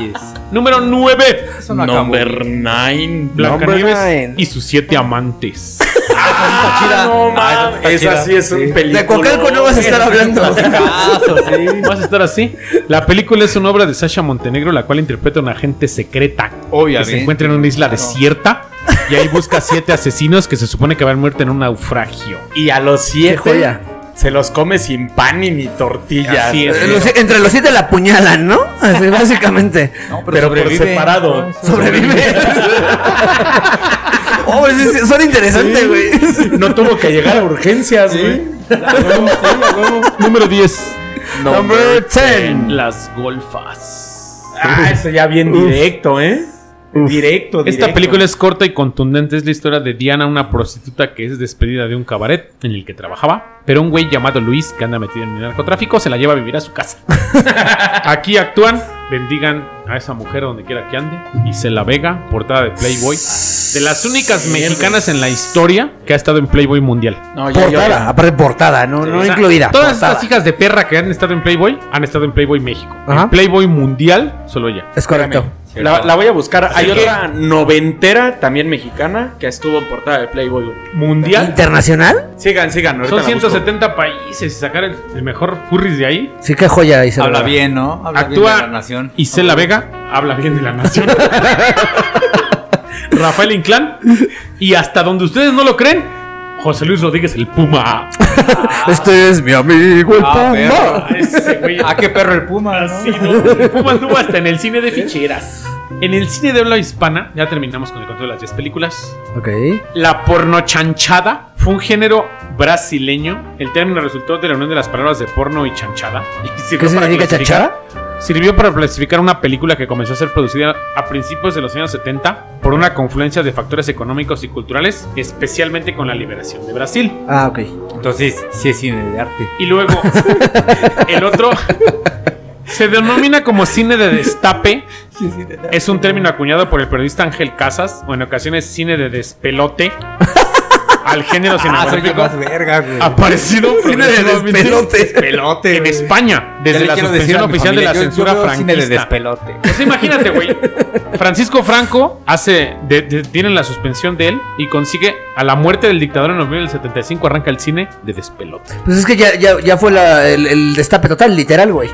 Speaker 7: y es-
Speaker 6: Número 9.
Speaker 7: Eso no acabó.
Speaker 5: Number nine.
Speaker 2: Number nine.
Speaker 6: Blancanieves y sus siete amantes.
Speaker 7: Ah, está chida.
Speaker 5: No
Speaker 7: Ah,
Speaker 5: mames.
Speaker 7: está
Speaker 5: Esa
Speaker 7: chida,
Speaker 5: sí es un película.
Speaker 2: De Coacalco no vas a estar hablando.
Speaker 7: Caso, sí.
Speaker 6: Vas a estar así. La película es una obra de Sasha Montenegro, la cual interpreta a una agente secreta que se
Speaker 7: Obviamente.
Speaker 6: encuentra en una isla
Speaker 7: Claro.
Speaker 6: desierta y ahí busca siete asesinos que se supone que van muerto en un naufragio.
Speaker 5: <laughs> Y a los siete
Speaker 2: Qué joya.
Speaker 5: se los come sin pan y ni tortillas.
Speaker 6: Así es.
Speaker 2: Eh, los- entre los siete la apuñalan, ¿no? Así, básicamente.
Speaker 7: No, pero,
Speaker 5: Pero por
Speaker 7: sobrevive.
Speaker 5: separado.
Speaker 2: Sobrevive. <laughs> oh, sí, sí, son interesantes, güey.
Speaker 5: No tuvo que llegar a urgencias, güey.
Speaker 6: Número 10.
Speaker 2: Number 10.
Speaker 6: Las golfas.
Speaker 5: Ah, eso ya bien directo, ¿eh? Directo, directo.
Speaker 6: Esta película es corta y contundente. Es la historia de Diana, una prostituta que es despedida de un cabaret en el que trabajaba. Pero un güey llamado Luis, que anda metido en el narcotráfico, se la lleva a vivir a
Speaker 2: <laughs>
Speaker 6: su casa. Aquí actúan, bendigan a esa mujer donde quiera que ande. Isela Vega, portada de Playboy. De las únicas mexicanas en la historia que ha estado en Playboy Mundial.
Speaker 5: No, ya, ya,
Speaker 2: Portada,
Speaker 5: ya.
Speaker 2: aparte portada, no, no
Speaker 6: O sea,
Speaker 2: incluida.
Speaker 6: Todas
Speaker 2: portada.
Speaker 6: estas hijas de perra que han estado en Playboy han estado en Playboy México.
Speaker 2: Ajá.
Speaker 6: En Playboy Mundial, solo ella.
Speaker 2: Es correcto.
Speaker 5: La, la voy a buscar. Hay otra noventera también mexicana que estuvo en portada de Playboy. güey.
Speaker 6: Mundial.
Speaker 2: ¿Internacional?
Speaker 5: Sigan, sigan. ahorita
Speaker 6: Son
Speaker 5: la busco.
Speaker 6: 170 países y sacar el, el mejor furries de ahí.
Speaker 2: Sí, qué joya. Isabel.
Speaker 7: Habla bien, ¿no? Habla bien de la
Speaker 6: Actúa
Speaker 7: nación.
Speaker 5: <laughs>
Speaker 6: Isela Vega, habla bien de la nación. Rafael Inclán y hasta donde ustedes no lo creen, José Luis Rodríguez el Puma.
Speaker 2: Este es mi amigo el
Speaker 7: Ah,
Speaker 2: Puma.
Speaker 7: perro.
Speaker 6: Ese güey
Speaker 7: Ah, qué perro el puma, ¿no?
Speaker 6: Sí, no, el Puma anduvo hasta en el cine de ficheras. En el cine de habla hispana, ya terminamos con el control de las 10 películas.
Speaker 2: Ok.
Speaker 6: La pornochanchada fue un género brasileño. El término resultó de la unión de las palabras de porno y chanchada. <laughs> Y sirvió
Speaker 2: ¿Qué
Speaker 6: para
Speaker 2: significa
Speaker 6: clasificar-
Speaker 2: chachara?
Speaker 6: Sirvió para clasificar una película que comenzó a ser producida a principios de los años 70 por una confluencia de factores económicos y culturales, especialmente con la liberación de Brasil.
Speaker 2: Ah, ok.
Speaker 7: Entonces, sí es cine de arte.
Speaker 6: Y
Speaker 7: <laughs>
Speaker 6: luego, el otro se denomina como cine de destape. Es un término acuñado por el periodista Ángel Casas, o en ocasiones cine de despelote, al género
Speaker 7: Ah, soy yo
Speaker 6: cinematográfico
Speaker 7: más verga, güey.
Speaker 5: Ah,
Speaker 6: aparecido
Speaker 2: Cine de
Speaker 6: progresivamente
Speaker 2: despelote.
Speaker 7: Pelote,
Speaker 6: en España, desde la suspensión oficial de la censura
Speaker 7: Cine de
Speaker 6: franquista.
Speaker 7: despelote.
Speaker 6: Pues imagínate, güey. Francisco Franco hace. De, de- tienen la suspensión de él y consigue a la muerte del dictador en noviembre del 75. Arranca el cine de despelote.
Speaker 2: Pues es que ya, ya, ya fue la- el, el destape total, literal, güey.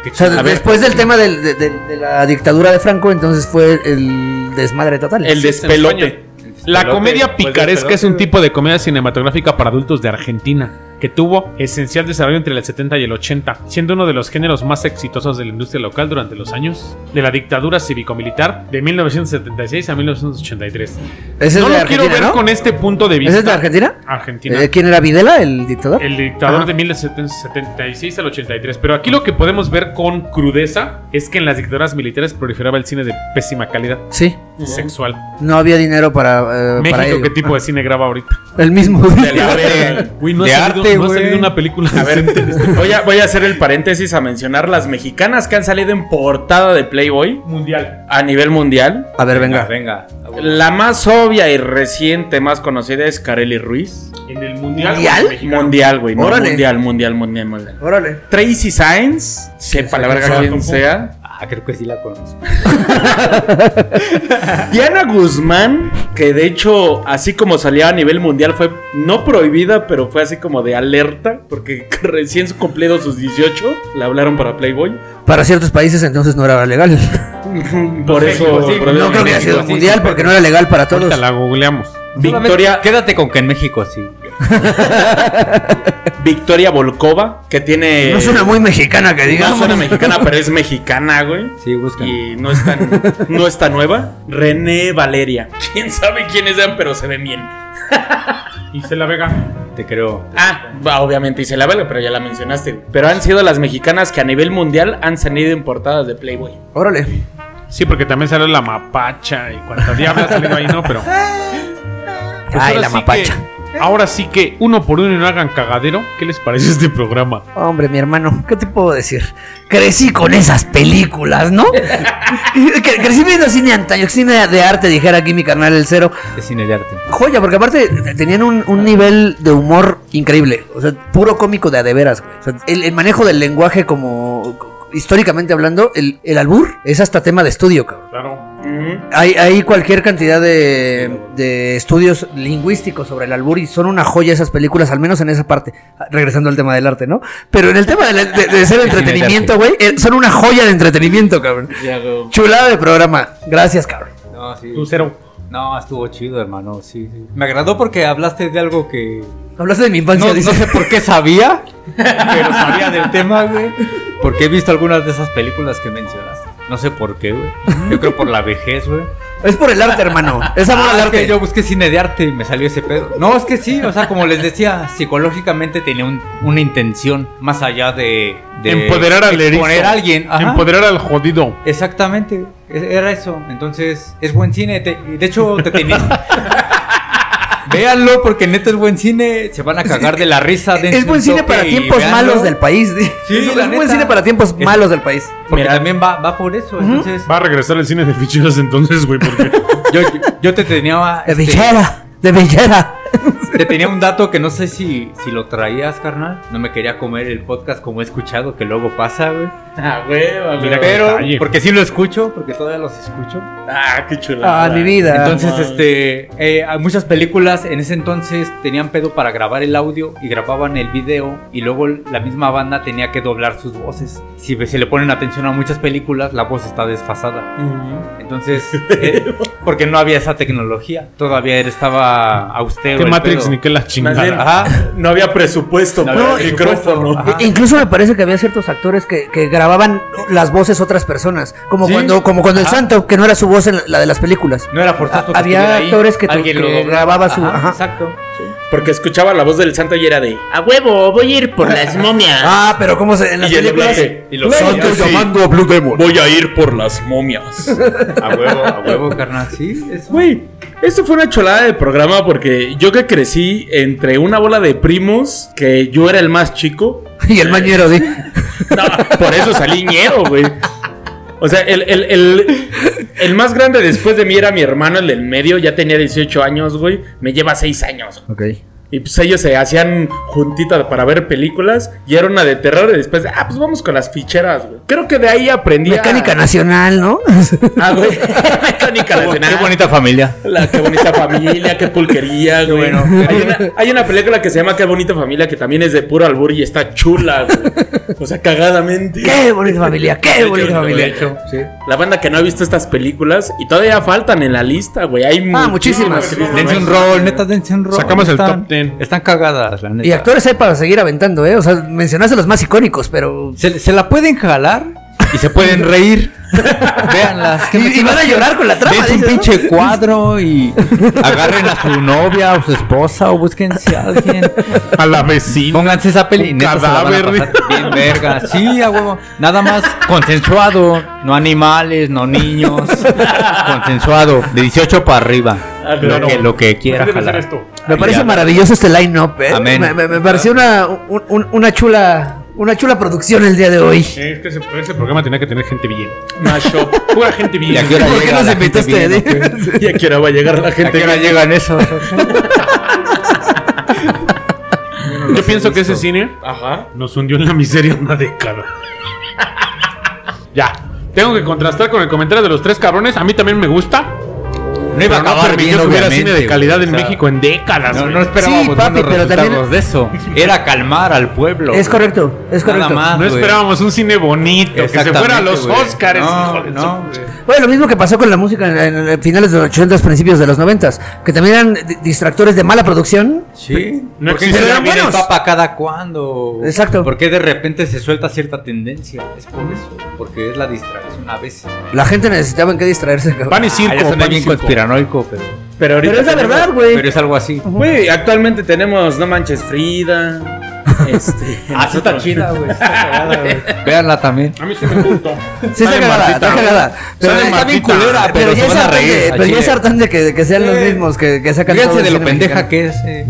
Speaker 2: O sea,
Speaker 6: A ver.
Speaker 2: después del tema del- de, de- de la dictadura de Franco, entonces fue el desmadre total.
Speaker 6: El despelote. La
Speaker 7: Despelote,
Speaker 6: comedia
Speaker 7: pues,
Speaker 6: picaresca
Speaker 7: despelote.
Speaker 6: es un tipo de comedia cinematográfica para adultos de Argentina que tuvo esencial desarrollo entre el 70 y el 80, siendo uno de los géneros más exitosos de la industria local durante los años de la dictadura cívico-militar de 1976 a 1983.
Speaker 2: Ese es
Speaker 6: No
Speaker 2: de
Speaker 6: lo
Speaker 2: Argentina,
Speaker 6: quiero ver
Speaker 2: ¿no?
Speaker 6: con este punto de vista.
Speaker 2: ¿Ese es de Argentina?
Speaker 6: Argentina.
Speaker 2: Eh, ¿Quién era Videla, el dictador?
Speaker 6: El dictador
Speaker 2: Ajá.
Speaker 6: de 1976 al 83. Pero aquí lo que podemos ver con crudeza es que en las dictaduras militares proliferaba el cine de pésima calidad
Speaker 2: Sí.
Speaker 6: sexual.
Speaker 2: No había dinero para, eh, para
Speaker 6: México,
Speaker 2: ello.
Speaker 6: ¿qué tipo de cine graba ahorita?
Speaker 2: <laughs> El mismo.
Speaker 6: Güey, no,
Speaker 7: De
Speaker 6: ha salido,
Speaker 7: arte,
Speaker 6: no ha
Speaker 7: güey.
Speaker 6: salido una película
Speaker 5: A ver,
Speaker 6: decente de este
Speaker 5: voy a, voy a hacer el paréntesis a mencionar las mexicanas que han salido en portada de Playboy
Speaker 6: mundial.
Speaker 5: a nivel mundial.
Speaker 2: A ver, venga.
Speaker 7: Ah, Venga.
Speaker 5: La más obvia y reciente, más conocida es Carely Ruiz.
Speaker 6: En el mundial.
Speaker 2: ¿Mundial?
Speaker 6: güey, mexicano.
Speaker 5: Mundial, güey. No,
Speaker 2: Órale.
Speaker 5: mundial, mundial, mundial, mundial.
Speaker 2: Órale.
Speaker 5: Tracy Sainz, sepa la verga quién sea.
Speaker 7: Ah, creo que sí la conozco.
Speaker 5: Diana Guzmán, que de hecho, así como salía a nivel mundial, fue no prohibida, pero fue así como de alerta, porque <laughs> recién cumplido sus 18, la hablaron para Playboy.
Speaker 2: Para ciertos países entonces no era legal.
Speaker 5: Por eso,
Speaker 7: sí,
Speaker 5: por
Speaker 2: <laughs>
Speaker 5: eso-
Speaker 2: No creo que haya sido
Speaker 7: sí, sí,
Speaker 2: mundial
Speaker 7: sí,
Speaker 2: porque no era legal para todos.
Speaker 6: Ahorita la googleamos.
Speaker 5: Victoria,
Speaker 7: Solamente Quédate con que en México sí.
Speaker 5: Victoria Volkova, que tiene.
Speaker 2: No suena muy mexicana que
Speaker 5: no
Speaker 2: digamos.
Speaker 5: suena mexicana, pero es mexicana, güey.
Speaker 7: Sí, busca.
Speaker 5: Y no es tan, no es tan nueva. René Valeria. Quién sabe quiénes sean, pero se ven bien.
Speaker 6: Y se la vega.
Speaker 7: Te creo.
Speaker 5: Ah, va, obviamente hice la verga, pero ya la mencionaste. Pero han sido las mexicanas que a nivel mundial han salido en portadas de Playboy.
Speaker 2: Órale.
Speaker 6: Sí, porque también salió la mapacha y cuántas diablas salió ahí, no, pero. Pues
Speaker 2: Ay,
Speaker 6: ahora
Speaker 2: la
Speaker 6: sí
Speaker 2: mapacha.
Speaker 6: que- ahora sí que uno por uno y no hagan cagadero. ¿Qué les parece este programa?
Speaker 2: Hombre, mi hermano, ¿qué te puedo decir? Crecí con esas películas,
Speaker 6: <laughs>
Speaker 2: ¿no? <laughs> Cre- Crecí viendo cine antaño, cine de arte, dijera aquí mi carnal el cero.
Speaker 7: Es cine de arte.
Speaker 2: Joya, porque aparte tenían un, un nivel de humor increíble. O sea, puro cómico de a de veras, güey. O sea, el, el manejo del lenguaje como... Históricamente hablando, el, el albur es hasta tema de estudio, cabrón.
Speaker 6: Claro.
Speaker 2: Hay, hay cualquier cantidad de, de estudios lingüísticos sobre el albur y son una joya esas películas, al menos en esa parte. Ah, Regresando al tema del arte, ¿no? Pero en el tema del- de,
Speaker 7: <laughs>
Speaker 2: de ser entretenimiento, güey, eh, son una joya de entretenimiento, cabrón. Chulada de programa. Gracias, cabrón.
Speaker 7: No, sí.
Speaker 6: Tú cero.
Speaker 7: No, estuvo chido, hermano. Sí, sí. Me agradó porque hablaste de algo que.
Speaker 2: Hablaste de mi
Speaker 7: No,
Speaker 6: Ah,
Speaker 2: infancia,
Speaker 7: no
Speaker 2: dice.
Speaker 7: sé por qué sabía, pero sabía
Speaker 6: <laughs>
Speaker 7: del tema, güey. Porque he visto algunas de esas películas que mencionaste. No sé por qué, güey. Yo creo por la vejez, güey.
Speaker 2: Es por el arte, hermano. Es amor
Speaker 7: Ah,
Speaker 2: al
Speaker 7: es
Speaker 2: arte.
Speaker 7: que yo busqué cine de arte y me salió ese pedo. No, es que sí, o sea, como les decía, psicológicamente tenía un- una intención más allá de, de
Speaker 6: Empoderar al erizo.
Speaker 7: exponer a alguien. ajá.
Speaker 6: Empoderar al jodido.
Speaker 7: Exactamente, e- era eso. Entonces, es buen cine. te- de hecho,
Speaker 2: <laughs>
Speaker 7: te tenía. Véanlo porque neta es buen cine. Se van a cagar de la risa. dense
Speaker 2: es buen
Speaker 7: un
Speaker 2: cine
Speaker 7: toque
Speaker 2: para
Speaker 7: y
Speaker 2: tiempos
Speaker 7: véanlo,
Speaker 2: malos del país. di.
Speaker 7: Sí,
Speaker 2: <laughs> es
Speaker 7: la
Speaker 2: buen
Speaker 7: neta.
Speaker 2: cine para tiempos
Speaker 7: Es-
Speaker 2: malos del país.
Speaker 7: Porque
Speaker 5: Mira.
Speaker 7: también va, va por eso. Entonces,
Speaker 6: Va a regresar el cine de ficheras entonces, güey,
Speaker 7: <laughs>
Speaker 6: porque.
Speaker 7: yo, yo te tenía.
Speaker 2: De
Speaker 7: este,
Speaker 2: villera. De villera.
Speaker 7: Te tenía un dato que no sé si, si lo traías, carnal. No me quería comer el podcast como he escuchado, que luego pasa, güey.
Speaker 5: <laughs> Ah, hueva, güey.
Speaker 6: Mira,
Speaker 7: Pero,
Speaker 6: detalle.
Speaker 7: porque sí lo escucho, porque todavía los escucho.
Speaker 5: Ah, qué chulada.
Speaker 2: Ah, mi vida.
Speaker 7: Entonces,
Speaker 5: mames.
Speaker 7: este, eh, hay muchas películas en ese entonces tenían pedo para grabar el audio y grababan el video y luego la misma banda tenía que doblar sus voces. Si se le ponen atención a muchas películas, la voz está desfasada.
Speaker 6: <laughs>
Speaker 7: Entonces, eh, porque no había esa tecnología, todavía era- estaba austero.
Speaker 6: Que
Speaker 7: el
Speaker 6: Matrix
Speaker 7: pedo.
Speaker 6: ni que la
Speaker 5: Más bien,
Speaker 6: chingada.
Speaker 7: Ajá.
Speaker 5: No había presupuesto
Speaker 7: No
Speaker 5: para
Speaker 7: había
Speaker 5: el
Speaker 7: presupuesto,
Speaker 5: micrófono.
Speaker 7: ajá.
Speaker 2: E- Incluso me parece que había ciertos actores que, que grababan las voces otras personas, como
Speaker 7: Sí.
Speaker 2: cuando como cuando el
Speaker 7: Ajá.
Speaker 2: santo, que no era su voz en la, la de las películas.
Speaker 7: No era forzoso.
Speaker 2: Ah, había
Speaker 7: estuviera ahí,
Speaker 2: actores que tu-
Speaker 7: alguien
Speaker 2: que
Speaker 7: lo doblaba.
Speaker 2: grababa su-
Speaker 7: Ajá,
Speaker 2: ajá.
Speaker 7: Exacto.
Speaker 5: Porque escuchaba la voz del santo y era de.
Speaker 3: A huevo, voy a ir por las
Speaker 5: <laughs>
Speaker 3: momias.
Speaker 2: Ah, pero cómo se en Ah, las
Speaker 5: Y el
Speaker 2: películas
Speaker 5: doblaje.
Speaker 7: Y los
Speaker 5: Santo
Speaker 7: sí.
Speaker 5: llamando a Blue Demon. Voy a ir por las momias.
Speaker 7: A huevo, a huevo, carnal. Sí, eso.
Speaker 5: Güey, esto fue una cholada de programa porque yo que crecí entre una bola de primos, que yo era el
Speaker 2: <laughs>
Speaker 5: más chico.
Speaker 2: <laughs> y el mañero di.
Speaker 5: No, por eso salí ñero, güey. O sea, el, el- el- el más grande después de mí era mi hermano, el del medio, ya tenía 18 años, güey. Me lleva 6 años.
Speaker 2: Ok.
Speaker 5: Y pues ellos se hacían juntitas para ver películas y era una de terror y después, ah, pues vamos con las ficheras, güey. Creo que de ahí aprendí a- <laughs>
Speaker 2: Mecánica nacional, ¿no? <laughs>
Speaker 5: Ah, güey. Mecánica nacional.
Speaker 7: familia.
Speaker 5: La qué bonita familia, qué pulquería, güey.
Speaker 7: bueno.
Speaker 5: Hay, una, hay una película que se llama Qué bonita familia que también es de puro albur y está chula, güey. O sea, cagadamente.
Speaker 2: qué bonita familia, qué
Speaker 5: hecho,
Speaker 2: bonita
Speaker 5: de
Speaker 2: familia.
Speaker 5: hecho. La banda que no ha visto estas películas y todavía faltan en la lista, güey. Hay
Speaker 2: Ah, muchísimas.
Speaker 7: Dense un rol, neta, dense un rol.
Speaker 6: Sacamos el
Speaker 7: Están-
Speaker 6: top 10.
Speaker 7: Están cagadas, la neta.
Speaker 2: Y actores hay para seguir aventando, eh, o sea, mencionaste los más icónicos, pero
Speaker 7: Se, se la pueden jalar y se <laughs> pueden reír. Véanlas. ¿qué me
Speaker 2: y, y van a llorar con la trama.
Speaker 7: Dense un
Speaker 2: dices, ¿no?
Speaker 7: pinche cuadro <laughs> y agarren a su novia o su esposa o búsquense a alguien.
Speaker 6: A la vecina.
Speaker 7: Pónganse esa peli.
Speaker 6: Un
Speaker 7: neta, se la van a
Speaker 6: cadáver.
Speaker 7: pasar Bien verga. Sí, a huevo. Nada más consensuado. No animales,
Speaker 2: <laughs>
Speaker 7: no niños. Consensuado. De 18 para arriba.
Speaker 6: Ah,
Speaker 7: Lo,
Speaker 5: claro.
Speaker 7: que, lo que quiera
Speaker 6: Debe ser
Speaker 7: jalar.
Speaker 6: esto.
Speaker 2: Me
Speaker 7: Y
Speaker 2: parece
Speaker 7: ya.
Speaker 2: maravilloso este line-up, ¿eh?
Speaker 7: Amén.
Speaker 2: Me, me- me pareció una, un- un- una chula una chula producción el día de hoy.
Speaker 6: Es que ese, ese programa tenía que tener gente bien.
Speaker 5: Mashup.
Speaker 6: Pura gente
Speaker 7: ¿Y a
Speaker 6: bien.
Speaker 7: qué hora
Speaker 2: ¿Por qué
Speaker 7: llega
Speaker 2: nos
Speaker 7: la gente
Speaker 2: invitaste?
Speaker 7: bien, o qué?
Speaker 6: <laughs>
Speaker 5: ¿Y a qué hora va a llegar la
Speaker 7: ¿A qué
Speaker 5: gente?
Speaker 7: hora llegan esos?
Speaker 6: Yo pienso que ese cine
Speaker 5: Ajá.
Speaker 6: nos hundió en la miseria una década. <laughs> ya. Tengo que contrastar con el comentario de los tres cabrones. A mí también me gusta.
Speaker 7: No iba a
Speaker 6: Pero no
Speaker 7: acabar
Speaker 6: permitió
Speaker 7: bien,
Speaker 6: que hubiera
Speaker 7: obviamente,
Speaker 6: cine de
Speaker 7: güey.
Speaker 6: calidad
Speaker 7: O
Speaker 6: en
Speaker 7: sea,
Speaker 6: México en décadas.
Speaker 7: No,
Speaker 6: güey.
Speaker 7: no esperábamos
Speaker 2: Sí, papi,
Speaker 7: unos
Speaker 2: pero también-
Speaker 7: resultados
Speaker 2: <laughs>
Speaker 7: de eso. Era calmar al pueblo.
Speaker 2: Es
Speaker 7: güey.
Speaker 2: correcto, es
Speaker 7: Nada
Speaker 2: correcto.
Speaker 7: más,
Speaker 6: No
Speaker 7: güey.
Speaker 6: esperábamos un cine bonito, que se fuera a los
Speaker 7: Exactamente, güey.
Speaker 6: Oscars,
Speaker 7: No,
Speaker 6: hijo de
Speaker 7: no,
Speaker 6: su-
Speaker 7: güey.
Speaker 2: Bueno, lo mismo que pasó con la música en, en- en finales de los 80, principios de los 90, que también eran di- distractores de mala producción.
Speaker 7: Sí.
Speaker 6: No
Speaker 7: porque
Speaker 6: existe
Speaker 7: se
Speaker 6: la
Speaker 7: la mira el
Speaker 2: menos.
Speaker 7: papa cada cuando.
Speaker 2: Exacto.
Speaker 7: Porque de repente se suelta cierta tendencia. Es por eso. Porque es la distracción a veces.
Speaker 2: La gente necesitaba en qué distraerse. cabrón.
Speaker 6: Pan y
Speaker 7: Ah, ya
Speaker 6: circo,
Speaker 7: suena
Speaker 6: pan y
Speaker 7: bien
Speaker 6: circo.
Speaker 7: conspiranoico, pero.
Speaker 5: Pero ahorita.
Speaker 2: Pero es la
Speaker 5: tenemos-
Speaker 2: verdad, güey.
Speaker 7: Pero es algo así.
Speaker 5: Güey, actualmente tenemos No Manches Frida. Este.
Speaker 7: Ah, sí está chida, güey. Está cagada, güey. Véanla también.
Speaker 6: A mí sí me gustó.
Speaker 2: Sí, está
Speaker 6: Sale
Speaker 2: cagada,
Speaker 6: Martita.
Speaker 2: está cagada. Pero,
Speaker 6: Sale
Speaker 2: está bien
Speaker 6: Martita.
Speaker 2: culera, pero,
Speaker 7: Pero
Speaker 2: ya
Speaker 7: se
Speaker 2: es
Speaker 7: van a
Speaker 2: hartante,
Speaker 7: reír, al
Speaker 2: pero ya
Speaker 7: chile.
Speaker 2: es hartante que, que sean los mismos que, que sacan todo
Speaker 7: Fíjense
Speaker 2: el
Speaker 7: de lo
Speaker 2: cine
Speaker 7: pendeja
Speaker 2: mexicano.
Speaker 7: que es. eh.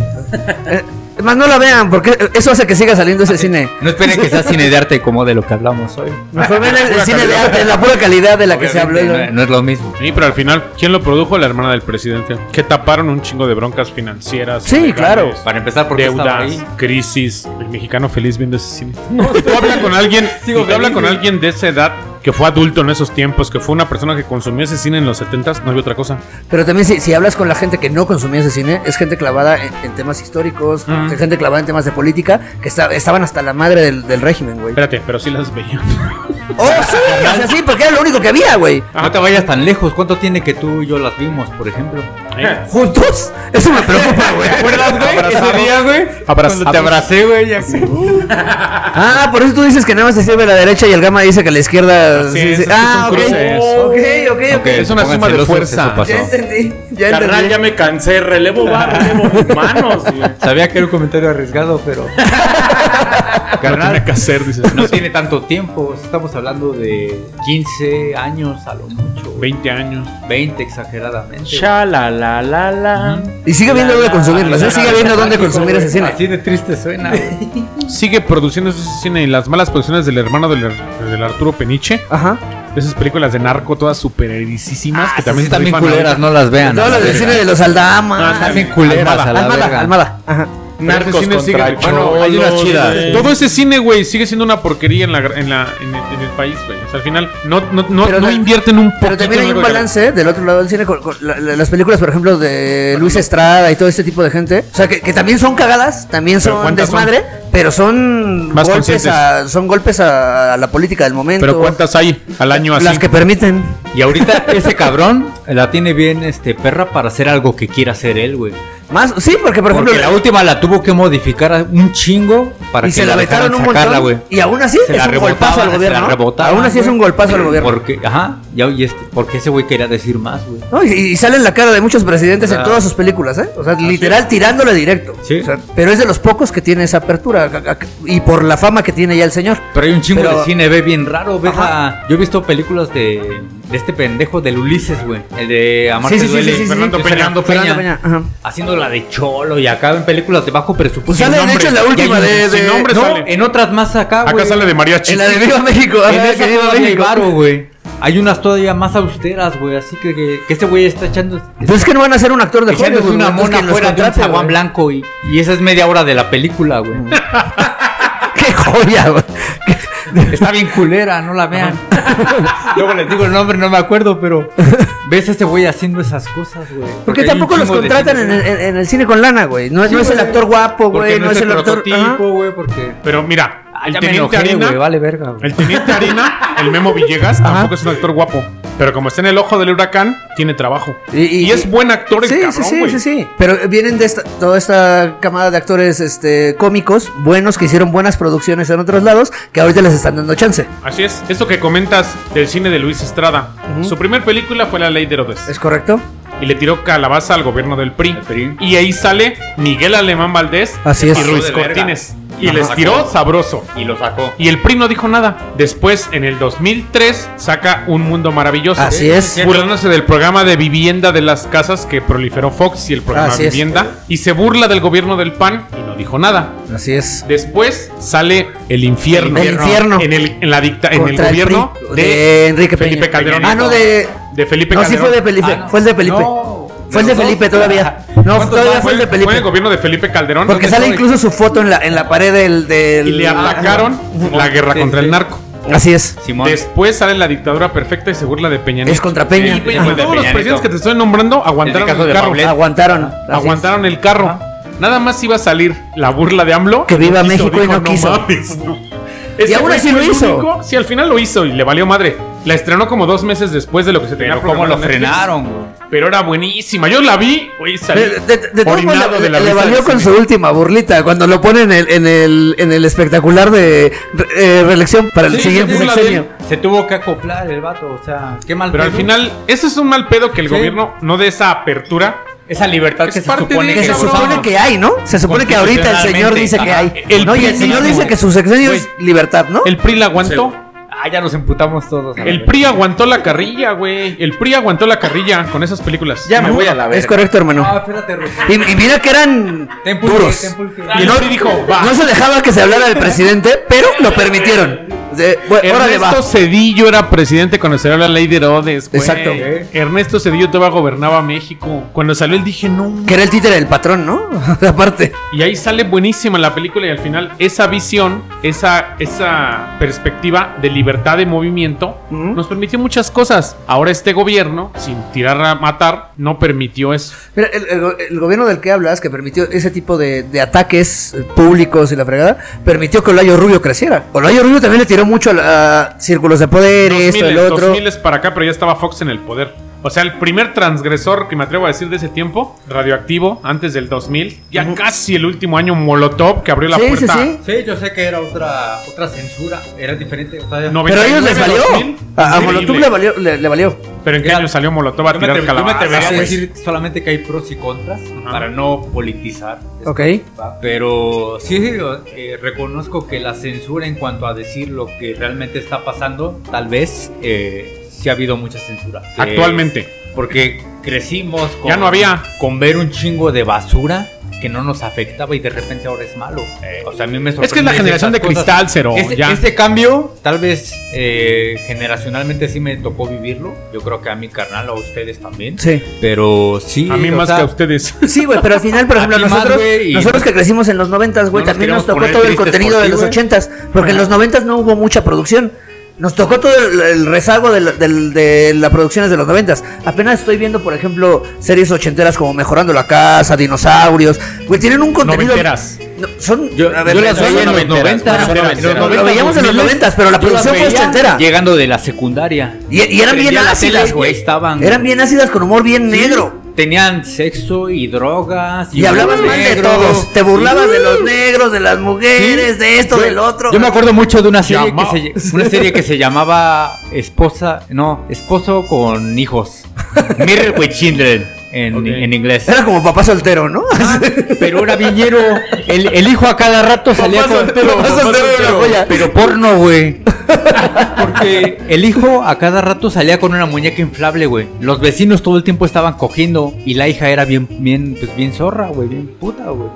Speaker 2: Eh, Más no la vean, porque eso hace que siga saliendo ese cine.
Speaker 7: Ah, No esperen que sea cine de arte como de lo que hablamos hoy.
Speaker 2: Mejor ven el, el cine de arte, la pura calidad de la que se habló.
Speaker 7: Obviamente, No, no es lo mismo.
Speaker 6: Sí, pero al final, ¿quién lo produjo? La hermana del presidente. Que taparon un chingo de broncas financieras.
Speaker 2: Sí,
Speaker 6: legales,
Speaker 2: claro.
Speaker 7: Para empezar, porque estaba
Speaker 6: Deudas,
Speaker 7: ahí.
Speaker 6: crisis. El mexicano feliz viendo ese
Speaker 7: <laughs>
Speaker 6: cine. tú habla con alguien,
Speaker 7: Sigo
Speaker 6: tú habla
Speaker 7: feliz,
Speaker 6: con
Speaker 7: güey.
Speaker 6: alguien de esa edad que fue adulto en esos tiempos, que fue una persona que consumió ese cine en los 70s, no había otra cosa.
Speaker 2: Pero también si, si hablas con la gente que no consumía ese cine, es gente clavada en, en temas históricos, es gente clavada en temas de política, que está- estaban hasta la madre del, del régimen, güey.
Speaker 6: Espérate, pero sí las
Speaker 7: <laughs>
Speaker 6: veía.
Speaker 2: ¡Oh, sí! O sea, sí, porque era lo único que había, güey.
Speaker 7: No te vayas tan lejos. ¿Cuánto tiene que tú y yo las vimos, por ejemplo?
Speaker 6: Eh,
Speaker 2: ¿Juntos? Eso me preocupa, güey.
Speaker 7: Abrazados.
Speaker 6: Abrazados.
Speaker 7: Cuando te abracé, güey, ya sé.
Speaker 2: Ah, por eso tú dices que nada más se sirve la derecha y el gama dice que la izquierda... sí,
Speaker 6: Así es,
Speaker 2: sí.
Speaker 6: es que
Speaker 2: Ah,
Speaker 6: son
Speaker 2: ok.
Speaker 6: cruces.
Speaker 2: ok, ok, ok.
Speaker 7: Ok,
Speaker 6: Es una
Speaker 7: pónganse
Speaker 6: suma de
Speaker 7: celosos,
Speaker 6: fuerza.
Speaker 7: eso pasó.
Speaker 2: Ya entendí, ya
Speaker 5: <laughs> Carnal,
Speaker 2: entendí.
Speaker 5: ya me cansé. Relevo va, relevo manos, güey.
Speaker 7: Sabía que era un comentario arriesgado, <laughs> pero.
Speaker 6: no tenía
Speaker 7: Carnal,
Speaker 6: que hacer, dices.
Speaker 7: no tiene tanto tiempo. Estamos hablando de 15 años a lo mucho.
Speaker 6: 20 años.
Speaker 7: 20 exageradamente.
Speaker 5: Sha la la la la.
Speaker 2: Y sigue viendo dónde
Speaker 7: Pues
Speaker 2: consumirlas, ¿eh? sigue viendo dónde consumir ese cine.
Speaker 7: Así de triste <laughs> suena. güey.
Speaker 6: Sigue produciendo ese cine y las malas producciones del hermano del, del Arturo Peniche.
Speaker 2: Ajá.
Speaker 6: Esas películas de narco todas super
Speaker 2: Ah,
Speaker 6: erisísimas que también
Speaker 7: Así
Speaker 6: se
Speaker 7: también
Speaker 6: rifan
Speaker 7: culeras,
Speaker 6: ahorita.
Speaker 7: Ah, no las vean.
Speaker 2: Todo
Speaker 7: a la
Speaker 2: lo del
Speaker 7: verga.
Speaker 2: cine de los Aldama.
Speaker 7: Están bien culeras
Speaker 6: Almada,
Speaker 7: a la
Speaker 2: Almada,
Speaker 7: verga.
Speaker 2: Almada. Ajá.
Speaker 5: Narcos
Speaker 6: ese cine
Speaker 5: contra
Speaker 6: sigue-
Speaker 5: Cholos,
Speaker 6: bueno, hay unas
Speaker 1: chidas.
Speaker 5: güey.
Speaker 6: Todo ese cine, güey, sigue siendo una porquería en, la, gra- en, la, en, el, en el país, güey. O sea, al final no, no, no,
Speaker 2: Pero
Speaker 6: no
Speaker 2: ta-
Speaker 6: invierten un poquito.
Speaker 2: Pero también
Speaker 6: en
Speaker 2: hay
Speaker 6: algo
Speaker 2: un
Speaker 6: de calidad.
Speaker 2: balance ¿eh? del otro lado del cine con, con la- la- las películas, por ejemplo, de Luis Estrada y todo este tipo de gente. O sea, que, que también son cagadas, también
Speaker 6: Pero
Speaker 2: son
Speaker 6: ¿cuántas son?
Speaker 2: desmadre, pero son
Speaker 6: Más
Speaker 2: golpes,
Speaker 6: conscientes.
Speaker 2: a, son golpes a, a la política del momento.
Speaker 6: Pero ¿cuántas hay al año así?
Speaker 2: Las que permiten.
Speaker 7: Y ahorita ese cabrón la tiene bien este perra para hacer algo que quiera hacer él, güey.
Speaker 2: Más, sí, porque por ejemplo.
Speaker 7: Porque la última la tuvo que modificar a un chingo para
Speaker 2: y
Speaker 7: que
Speaker 2: se la vetaron
Speaker 7: dejaran
Speaker 2: un
Speaker 7: sacarla,
Speaker 2: montón.
Speaker 7: güey.
Speaker 2: Y aún así
Speaker 7: Se
Speaker 2: es
Speaker 7: la
Speaker 2: un golpazo
Speaker 7: rebotaban,
Speaker 2: al
Speaker 7: se la
Speaker 2: gobierno. ¿no?
Speaker 7: rebotaban,
Speaker 2: Aún así es
Speaker 7: güey.
Speaker 2: un golpazo al gobierno.
Speaker 7: Porque, ajá, ya, y este, porque ese güey quería decir más, güey.
Speaker 2: No, y, y sale en la cara de muchos presidentes en
Speaker 7: Ah.
Speaker 2: todas sus películas, ¿eh? O sea, literal tirándole directo.
Speaker 7: Sí.
Speaker 2: O sea, pero es de los pocos que tiene esa apertura a- a- y por la fama que tiene ya el señor.
Speaker 7: Pero hay un chingo
Speaker 2: Pero-
Speaker 7: de cine B bien raro, ¿ves? a- Yo he visto películas de, de este pendejo del Ulises, güey. El de Amarte
Speaker 2: Sí, sí, sí,
Speaker 7: Duele.
Speaker 2: sí, sí, sí.
Speaker 7: Fernando Peña. Fernando Peña.
Speaker 2: Fernando Peña, ajá.
Speaker 7: Haciendo la de cholo y acá en películas de bajo
Speaker 2: Pues
Speaker 7: presupuesto.
Speaker 2: sale, de hecho, en la última de.
Speaker 6: sin
Speaker 2: de-
Speaker 6: nombre
Speaker 2: no,
Speaker 6: sale.
Speaker 7: En otras más acá, güey.
Speaker 6: Acá sale de mariachi.
Speaker 2: en la de Viva México.
Speaker 7: En
Speaker 2: ajá,
Speaker 7: esa
Speaker 2: que Viva
Speaker 7: todavía hay
Speaker 2: México.
Speaker 7: varo, güey. Hay unas todavía más austeras, güey. Así que, que, que este güey está echando.
Speaker 2: Pues es que no van a ser un actor de
Speaker 7: echando
Speaker 2: Hollywood.
Speaker 7: una
Speaker 2: entonces
Speaker 7: mona
Speaker 2: que los
Speaker 7: fuera de un
Speaker 2: contrate,
Speaker 7: zaguán
Speaker 2: güey.
Speaker 7: blanco y, y esa es media hora de la película, güey.
Speaker 2: <laughs> Qué joya, güey.
Speaker 7: Está bien culera, no la vean. Luego les digo el nombre, no me acuerdo, pero ves a este güey haciendo esas cosas, güey.
Speaker 2: Porque
Speaker 7: hay
Speaker 2: tampoco
Speaker 7: un
Speaker 2: los
Speaker 7: chingo de
Speaker 2: contratan en
Speaker 7: cine,
Speaker 2: el, en- en el cine con lana, güey. No, es-
Speaker 7: Sí,
Speaker 2: no es el
Speaker 7: güey.
Speaker 2: actor guapo,
Speaker 7: porque
Speaker 2: güey. No, es el actor. ajá.
Speaker 7: prototipo, güey, porque
Speaker 6: Pero mira,
Speaker 7: Ah,
Speaker 6: el
Speaker 7: ya me
Speaker 6: teniente
Speaker 7: enojé,
Speaker 6: Harina-
Speaker 7: güey, vale verga, güey.
Speaker 6: El teniente Harina, el Memo Villegas, tampoco es un actor guapo. Pero como está en el ojo del huracán, tiene trabajo.
Speaker 2: Y- y-
Speaker 6: Y es buen actor el
Speaker 2: Sí,
Speaker 6: cabrón,
Speaker 2: sí, sí,
Speaker 6: güey.
Speaker 2: sí, sí. Pero vienen de esta- toda esta camada de actores este, cómicos buenos que hicieron buenas producciones en otros lados que ahorita les están dando chance.
Speaker 6: Así es. Esto que comentas del cine de Luis Estrada. Su primer película fue La Ley de Herodes.
Speaker 2: ¿Es correcto?
Speaker 6: Y le tiró calabaza al gobierno del PRI.
Speaker 7: PRI.
Speaker 6: Y ahí sale Miguel Alemán Valdés
Speaker 2: Así
Speaker 6: y
Speaker 2: es.
Speaker 6: Ruiz
Speaker 7: de verga.
Speaker 6: Cortines. Y
Speaker 7: Ajá.
Speaker 6: les tiró sabroso.
Speaker 7: y lo sacó.
Speaker 6: Y el PRI no dijo nada. Después, en el 2003, saca Un Mundo Maravilloso.
Speaker 2: Así es.
Speaker 6: burlándose del programa de vivienda de las casas que proliferó Fox y el programa
Speaker 2: Así
Speaker 6: de
Speaker 2: es.
Speaker 6: vivienda y se burla del gobierno del PAN y no dijo nada.
Speaker 2: Así es.
Speaker 6: Después sale el infierno,
Speaker 2: El infierno.
Speaker 6: en el en la dicta, en el
Speaker 2: Contra
Speaker 6: gobierno
Speaker 2: PRI
Speaker 6: de,
Speaker 2: de Enrique Peña.
Speaker 6: Felipe Calderón.
Speaker 2: Ah, no, de.
Speaker 6: de Felipe
Speaker 2: No, sí
Speaker 6: Calderón.
Speaker 2: fue de Felipe.
Speaker 7: Ah, no.
Speaker 2: Fue el de Felipe.
Speaker 7: No.
Speaker 2: Fue el de
Speaker 7: los
Speaker 2: Felipe
Speaker 7: dos.
Speaker 2: todavía. No,
Speaker 6: ¿Cuántos
Speaker 2: todavía
Speaker 6: años
Speaker 2: fue el de
Speaker 6: Fue el
Speaker 2: Felipe.
Speaker 6: gobierno de Felipe Calderón
Speaker 2: Porque sale
Speaker 7: estoy?
Speaker 2: incluso su foto en la, en la pared del. del- Ah,
Speaker 6: y le atacaron la guerra
Speaker 7: Sí,
Speaker 6: contra
Speaker 7: sí.
Speaker 6: el narco.
Speaker 2: Así es.
Speaker 7: Simón.
Speaker 6: Después sale la dictadura perfecta y se burla de Peña Nieto.
Speaker 2: Es contra Peña.
Speaker 7: Sí,
Speaker 2: Ajá.
Speaker 6: Todos
Speaker 7: de
Speaker 6: los
Speaker 7: Peña
Speaker 6: presidentes
Speaker 7: Nieto.
Speaker 6: que te estoy nombrando aguantaron
Speaker 7: caso
Speaker 6: el,
Speaker 7: de
Speaker 6: carro.
Speaker 7: Pablet.
Speaker 2: Aguantaron. Así
Speaker 6: aguantaron el carro. Nada más iba a salir la burla de AMLO.
Speaker 2: Que viva
Speaker 6: No
Speaker 2: México y no quiso".
Speaker 6: mames, no. Ese
Speaker 2: aún
Speaker 6: güey
Speaker 2: así
Speaker 6: fue
Speaker 2: lo
Speaker 6: el
Speaker 2: hizo.
Speaker 6: único- sí, al final lo hizo y le valió madre. La estrenó como dos meses después de lo que se tenía
Speaker 7: Pero cómo
Speaker 6: programado
Speaker 7: lo
Speaker 6: en Netflix.
Speaker 7: frenaron, güey.
Speaker 6: Pero era buenísima. Yo la vi, güey, salí
Speaker 2: De, de- de todos modos,
Speaker 6: orinado
Speaker 2: le-
Speaker 6: de la
Speaker 2: le,
Speaker 6: risa
Speaker 2: valió
Speaker 6: del
Speaker 2: con su
Speaker 6: cine.
Speaker 2: última burlita cuando lo pone en el, en el, en el espectacular de re- eh, reelección para el
Speaker 6: Sí,
Speaker 2: siguiente
Speaker 6: se burla de
Speaker 2: sexenio.
Speaker 6: él.
Speaker 7: Se tuvo que acoplar el vato, o sea, qué mal
Speaker 6: Pero al
Speaker 7: pedo.
Speaker 6: final, ese es un mal pedo que el
Speaker 7: Sí.
Speaker 6: gobierno no dé esa apertura.
Speaker 7: esa libertad
Speaker 6: Es
Speaker 7: que se
Speaker 6: parte de
Speaker 7: supone
Speaker 2: Que
Speaker 7: que
Speaker 2: se
Speaker 6: cabrón.
Speaker 2: supone que hay, ¿no? Se supone que ahorita el señor dice que hay.
Speaker 6: El
Speaker 2: no, y el
Speaker 6: PRI
Speaker 2: señor
Speaker 6: mismo,
Speaker 2: dice
Speaker 6: güey.
Speaker 2: que su sexenio es
Speaker 6: Güey.
Speaker 2: libertad, ¿no?
Speaker 6: El PRI la aguantó.
Speaker 7: Ah, ya nos emputamos todos. a la
Speaker 6: El
Speaker 7: verga.
Speaker 6: PRI aguantó la carrilla, güey. El PRI aguantó la carrilla con esas películas.
Speaker 5: Ya me voy a la
Speaker 2: es
Speaker 5: verga.
Speaker 2: correcto,
Speaker 7: Ah,
Speaker 2: hermano.
Speaker 7: espérate, Rubén.
Speaker 2: Y, y mira que eran
Speaker 7: Ten pulque,
Speaker 2: duros.
Speaker 7: ten pulque.
Speaker 6: Y el PRI dijo, va.
Speaker 2: No se dejaba que se hablara del presidente, pero lo permitieron. De, bueno, órale, va.
Speaker 6: Ernesto Cedillo era presidente cuando salió la ley de Herodes. güey.
Speaker 2: Exacto.
Speaker 6: Ernesto Cedillo todavía gobernaba México. Cuando salió él dije no.
Speaker 2: Que era el títere del patrón, ¿no? <laughs> Aparte.
Speaker 6: Y ahí sale buenísima la película y al final esa visión, esa, esa perspectiva de libertad de movimiento
Speaker 2: Ujú.
Speaker 6: nos permitió muchas cosas. Ahora este gobierno, sin tirar a matar, no permitió eso.
Speaker 2: Mira, el, el go- el gobierno del que hablas, que permitió ese tipo de, de ataques eh, públicos y la fregada, permitió que Olayo Rubio creciera. Olayo Rubio también le tiró mucho a, la- a círculos de poder, esto, el
Speaker 6: 2000,
Speaker 2: otro.
Speaker 6: 2000 para acá, pero ya estaba Fox en el poder. O sea, el primer transgresor que me atrevo a decir de ese tiempo, radioactivo, antes del 2000, ya casi el último año Molotov que abrió la
Speaker 2: Sí, sí,
Speaker 6: puerta.
Speaker 2: sí.
Speaker 7: Sí, yo sé que era otra otra censura, era diferente. O sea,
Speaker 6: No,
Speaker 2: Pero a ellos les
Speaker 6: 99,
Speaker 2: valió.
Speaker 6: 2000,
Speaker 2: a, a
Speaker 6: increíble.
Speaker 2: Molotov le valió. Le, le valió.
Speaker 6: Pero en qué
Speaker 7: Mira,
Speaker 6: año salió Molotov a
Speaker 7: yo me
Speaker 6: tirar
Speaker 7: atrevería- yo me
Speaker 6: calabazas.
Speaker 7: atrevería a
Speaker 6: güey?
Speaker 7: decir solamente que hay pros y contras para no politizar. esto,
Speaker 2: Ok.
Speaker 7: ¿va? Pero sí, sí, o- eh, reconozco que la censura en cuanto a decir lo que realmente está pasando, tal vez eh, sí ha habido mucha censura. Que-
Speaker 6: Actualmente.
Speaker 7: Porque crecimos con,
Speaker 6: Ya no había.
Speaker 7: con ver un chingo de basura que no nos afectaba y de repente ahora es malo. O sea, a mí me
Speaker 6: que Eh, es la
Speaker 7: sorprende
Speaker 6: generación
Speaker 7: ciertas
Speaker 6: de cristal, Cero,
Speaker 7: Este,
Speaker 6: ya.
Speaker 7: este cambio, tal vez eh, generacionalmente sí me tocó vivirlo. Yo creo que a mi carnal, a ustedes también.
Speaker 2: Sí.
Speaker 7: Pero sí.
Speaker 6: A mí
Speaker 7: o
Speaker 6: más
Speaker 7: sea,
Speaker 6: que a ustedes.
Speaker 2: Sí, güey, pero al final, por ejemplo,
Speaker 7: Aquí más,
Speaker 2: nosotros,
Speaker 7: güey, y-
Speaker 2: nosotros que crecimos en los noventas, güey,
Speaker 7: No nos
Speaker 2: también nos
Speaker 7: queremos
Speaker 2: tocó
Speaker 7: poner
Speaker 2: todo el
Speaker 7: tristes
Speaker 2: contenido
Speaker 7: por
Speaker 2: de
Speaker 7: ti,
Speaker 2: los
Speaker 7: güey.
Speaker 2: ochentas, porque en los noventas no hubo mucha producción. Nos tocó todo el, el rezago de, la- del- de las producciones de los noventas. Apenas estoy viendo, por ejemplo, series ochenteras como Mejorando la Casa, Dinosaurios. Güey, tienen un contenido...
Speaker 6: Noventeras.
Speaker 2: No, son...
Speaker 7: Yo,
Speaker 2: a ver,
Speaker 7: yo las
Speaker 2: son-
Speaker 7: veía en los
Speaker 5: noventeras,
Speaker 7: 90.
Speaker 5: son noventeras.
Speaker 7: los
Speaker 5: Lo- lo
Speaker 7: 90,
Speaker 2: veíamos en los
Speaker 7: 2000.
Speaker 2: 90, pero la
Speaker 7: Yo las
Speaker 2: producción fue
Speaker 7: veía
Speaker 2: ochentera.
Speaker 7: Llegando de la secundaria.
Speaker 2: Y, y eran bien
Speaker 7: Prendía la tele
Speaker 2: ácidas,
Speaker 7: y
Speaker 2: güey.
Speaker 7: ahí Estaban.
Speaker 2: Eran bien ácidas con humor bien
Speaker 7: Sí,
Speaker 2: negro.
Speaker 7: Tenían sexo y drogas.
Speaker 2: Y hablabas
Speaker 7: humor
Speaker 2: mal de
Speaker 7: negro.
Speaker 2: todos. Te burlabas de los
Speaker 7: Sí.
Speaker 2: negros, de las mujeres, de esto,
Speaker 7: Yo-
Speaker 2: del otro.
Speaker 7: Yo me acuerdo mucho de una serie,
Speaker 6: Llamó.
Speaker 7: que se, una serie que se llamaba Esposa, no, Esposo con Hijos. Married with Children en,
Speaker 6: Ok.
Speaker 7: en inglés.
Speaker 2: Era como papá soltero, ¿no?
Speaker 7: Pero era viñero. El, el hijo a cada rato salía con
Speaker 2: soltero, papá soltero era una joya.
Speaker 7: Pero porno, güey. Porque el hijo a cada rato salía con una muñeca inflable, güey. Los vecinos todo el tiempo estaban cogiendo y la hija era bien, bien, pues bien zorra, güey, bien puta, güey.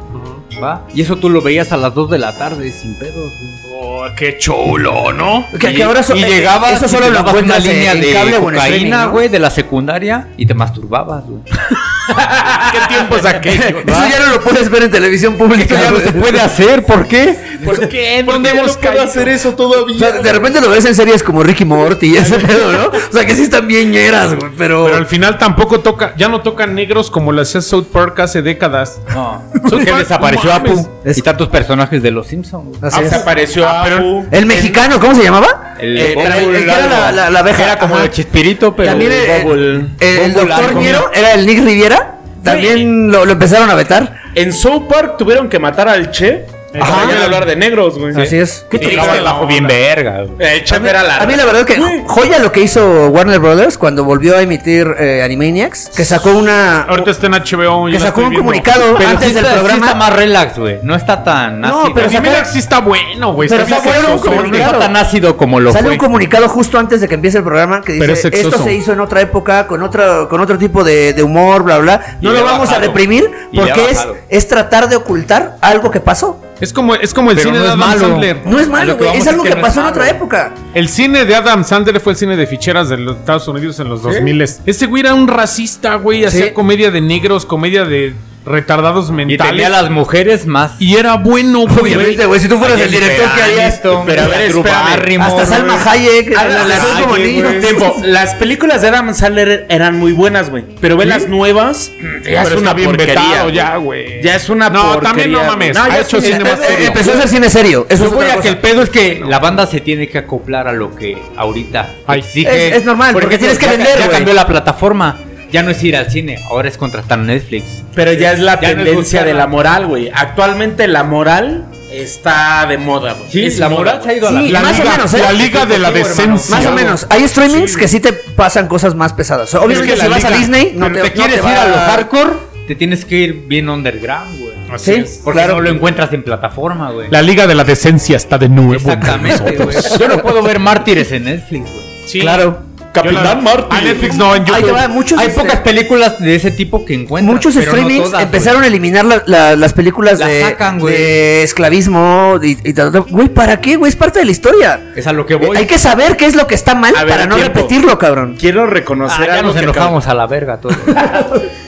Speaker 7: ¿Va? Y eso tú lo veías a las 2 de la tarde sin pedos, güey.
Speaker 1: Oh, qué chulo, ¿no?
Speaker 2: que,
Speaker 7: y,
Speaker 2: que ahora so-
Speaker 7: y
Speaker 2: eh,
Speaker 7: llegabas
Speaker 2: eso
Speaker 7: y
Speaker 2: solo
Speaker 7: te
Speaker 2: lo
Speaker 7: dabas
Speaker 2: encuentras
Speaker 7: una línea
Speaker 2: en,
Speaker 7: de
Speaker 2: cable o en streaming,
Speaker 7: cocaína,
Speaker 2: ¿no?
Speaker 7: güey, de la secundaria y te masturbabas, güey.
Speaker 6: ¿Qué
Speaker 5: <laughs>
Speaker 6: tiempos aquellos?
Speaker 2: <laughs> Eso ya no lo puedes ver en
Speaker 7: <laughs>
Speaker 2: televisión
Speaker 7: Esto
Speaker 2: pública.
Speaker 7: ya no
Speaker 2: güey.
Speaker 7: se puede hacer, ¿por qué?
Speaker 1: ¿Por qué?
Speaker 5: ¿Por
Speaker 1: ¿Dónde
Speaker 5: qué no
Speaker 1: hemos
Speaker 5: puedo
Speaker 1: caído?
Speaker 5: hacer eso
Speaker 2: O
Speaker 5: todavía?
Speaker 2: sea, de repente lo ves en series como Ricky Morty y
Speaker 7: <laughs>
Speaker 2: ese pedo, ¿no? O sea, que sí están bien ñeras, güey, pero...
Speaker 6: Pero al final tampoco toca, ya no tocan negros como lo hacía South Park hace décadas.
Speaker 7: No,
Speaker 2: <laughs>
Speaker 6: South
Speaker 7: que
Speaker 6: Park,
Speaker 7: desapareció
Speaker 6: no
Speaker 7: Apu
Speaker 6: mames.
Speaker 2: Es-
Speaker 7: y tantos personajes de los Simpsons.
Speaker 2: Así
Speaker 5: Ah,
Speaker 2: es.
Speaker 5: se apareció Apu.
Speaker 2: El mexicano, ¿cómo se llamaba?
Speaker 7: Ah, El,
Speaker 2: Eh,
Speaker 7: Bubble
Speaker 2: pero el- el que era
Speaker 7: algo.
Speaker 2: la- la- la abeja.
Speaker 7: Era como
Speaker 2: Ajá.
Speaker 7: el chispirito, pero.
Speaker 2: También el,
Speaker 5: Bubble-
Speaker 2: el- el
Speaker 7: Bubble
Speaker 2: doctor
Speaker 7: algo.
Speaker 2: Ñero era el Nick Riviera. También lo, lo empezaron a vetar.
Speaker 5: En South Park tuvieron que matar al Che.
Speaker 2: Ajá.
Speaker 5: Para ya no hablar de negros, güey.
Speaker 2: Así es.
Speaker 7: Qué triste
Speaker 6: la
Speaker 7: bajo bien verga. güey.
Speaker 5: El Che era la.
Speaker 2: A mí la verdad que joya lo que hizo Warner Brothers cuando volvió a emitir eh, Animaniacs, que sacó una
Speaker 6: Ahorita está en HBO. yo
Speaker 2: que
Speaker 6: la
Speaker 2: sacó
Speaker 6: estoy
Speaker 2: un
Speaker 6: viendo.
Speaker 2: comunicado
Speaker 7: Pero
Speaker 2: antes
Speaker 7: sí
Speaker 2: del
Speaker 7: está, sí
Speaker 2: programa.
Speaker 7: está más relax, güey. No está tan
Speaker 2: No,
Speaker 7: ácido.
Speaker 2: pero
Speaker 6: Pero si
Speaker 2: saca-
Speaker 6: mira, sí está bueno, güey.
Speaker 2: Pero
Speaker 6: está
Speaker 2: saca
Speaker 6: bien
Speaker 2: algo
Speaker 6: sexoso,
Speaker 2: como
Speaker 7: no
Speaker 6: güey.
Speaker 2: que-
Speaker 7: está tan ácido como lo
Speaker 2: Sale
Speaker 7: fue.
Speaker 2: un comunicado justo antes de que empiece el programa que
Speaker 6: Pero es
Speaker 2: dice esto
Speaker 6: sexoso.
Speaker 2: se hizo en otra época con otro con otro tipo de, de humor bla bla
Speaker 7: Y
Speaker 2: no
Speaker 7: le
Speaker 2: lo
Speaker 7: ha
Speaker 2: vamos a
Speaker 7: bajado.
Speaker 2: reprimir
Speaker 7: Y le ha
Speaker 2: porque es
Speaker 7: bajado.
Speaker 2: es tratar de ocultar algo que pasó
Speaker 6: Es como, es como el
Speaker 7: Pero
Speaker 6: cine
Speaker 7: no
Speaker 6: de
Speaker 7: es
Speaker 6: Adam
Speaker 7: malo.
Speaker 6: Sandler.
Speaker 2: no es
Speaker 7: A
Speaker 2: malo
Speaker 7: lo que
Speaker 2: güey,
Speaker 7: vamos
Speaker 2: es
Speaker 7: es
Speaker 2: algo
Speaker 7: que
Speaker 2: que
Speaker 7: no es
Speaker 2: pasó en
Speaker 7: malo.
Speaker 2: otra época
Speaker 6: El cine de Adam Sandler fue el cine de ficheras de los Estados Unidos en los 2000. Ese güey era un racista, güey.
Speaker 2: Sí.
Speaker 6: Hacía comedia de negros, comedia de retardados
Speaker 7: Y
Speaker 6: mentales.
Speaker 7: tenía a las mujeres más.
Speaker 6: Y era bueno, güey.
Speaker 2: obviamente güey si tú fueras el director que harías
Speaker 7: Pero a ver, espérame.
Speaker 2: hasta Salma Hayek
Speaker 5: Ah,
Speaker 2: la- la-
Speaker 5: las-
Speaker 2: la- como
Speaker 5: Ay,
Speaker 2: niño.
Speaker 5: güey. Tiempo, Las películas de Adam Sandler eran muy buenas, güey. Pero ve las nuevas. Ya es
Speaker 6: Mm, Pero
Speaker 5: una
Speaker 6: está bien
Speaker 5: porquería.
Speaker 6: vetado
Speaker 5: güey.
Speaker 6: ya, güey.
Speaker 5: Ya es una
Speaker 6: No,
Speaker 5: porquería,
Speaker 6: también no
Speaker 5: güey.
Speaker 6: mames.
Speaker 5: No, ya
Speaker 6: ha
Speaker 5: es
Speaker 6: hecho
Speaker 5: un-
Speaker 6: cine más
Speaker 2: Eh,
Speaker 6: serio.
Speaker 2: empezó a hacer cine serio eso
Speaker 7: Yo
Speaker 2: es
Speaker 7: voy
Speaker 2: otra
Speaker 7: a que
Speaker 2: cosa.
Speaker 7: el pedo es que la banda se tiene que acoplar a lo que ahorita
Speaker 6: Ay.
Speaker 7: exige.
Speaker 2: Es- es normal,
Speaker 7: Por
Speaker 2: porque tienes que
Speaker 7: ya-
Speaker 2: vender,
Speaker 7: Ya
Speaker 2: güey.
Speaker 7: cambió la plataforma. Ya no es ir al cine, ahora es contratar Netflix.
Speaker 5: Pero ya es la
Speaker 7: Ya no es
Speaker 5: tendencia
Speaker 7: buscar
Speaker 5: de la
Speaker 7: la-
Speaker 5: moral, güey. Actualmente la moral está de moda, güey.
Speaker 7: Sí,
Speaker 5: Es
Speaker 7: la
Speaker 5: moda,
Speaker 7: moral se ha
Speaker 5: güey.
Speaker 7: ido a la
Speaker 2: Sí,
Speaker 6: La
Speaker 2: más
Speaker 6: liga,
Speaker 2: o menos, ¿eh?
Speaker 6: la liga de la
Speaker 7: Sí, hermano.
Speaker 6: decencia.
Speaker 2: Más o
Speaker 6: güey.
Speaker 2: menos. Hay streamings que sí te pasan cosas más pesadas. Obviamente,
Speaker 6: la
Speaker 2: si vas a
Speaker 6: liga-
Speaker 2: Disney, no
Speaker 6: pero
Speaker 2: te,
Speaker 6: te
Speaker 2: no
Speaker 6: quieres
Speaker 2: va
Speaker 6: ir a lo
Speaker 7: hardcore, te tienes que ir bien underground, güey.
Speaker 6: Así
Speaker 2: Sí,
Speaker 6: es.
Speaker 7: Porque
Speaker 2: claro.
Speaker 7: no lo encuentras en plataforma, güey.
Speaker 6: La liga de la decencia está de nuevo.
Speaker 7: Exactamente, güey. Yo no puedo ver mártires en Netflix, güey.
Speaker 6: Sí.
Speaker 2: Claro.
Speaker 6: Capitán
Speaker 5: Martín.
Speaker 6: A Ah, Netflix no, en
Speaker 2: Ahí te
Speaker 6: YouTube.
Speaker 2: va, muchos,
Speaker 7: Hay
Speaker 2: este,
Speaker 7: pocas películas de ese tipo que encuentras.
Speaker 2: muchos
Speaker 7: pero no
Speaker 2: streamings
Speaker 7: todas, güey.
Speaker 2: empezaron a eliminar la- la- las películas
Speaker 7: Las
Speaker 2: de,
Speaker 7: sacan, güey.
Speaker 2: de esclavismo. y- y tal, tal. Güey, ¿para qué, güey? Es parte de la historia.
Speaker 7: Es a lo que voy.
Speaker 2: Eh, Hay que saber qué es lo que está mal
Speaker 5: A ver,
Speaker 2: para no
Speaker 5: tiempo.
Speaker 2: repetirlo, cabrón.
Speaker 5: Quiero
Speaker 7: Ah,
Speaker 5: reconocer
Speaker 7: ya
Speaker 5: algo.
Speaker 7: nos
Speaker 5: que acabo-
Speaker 7: enojamos a la verga todo.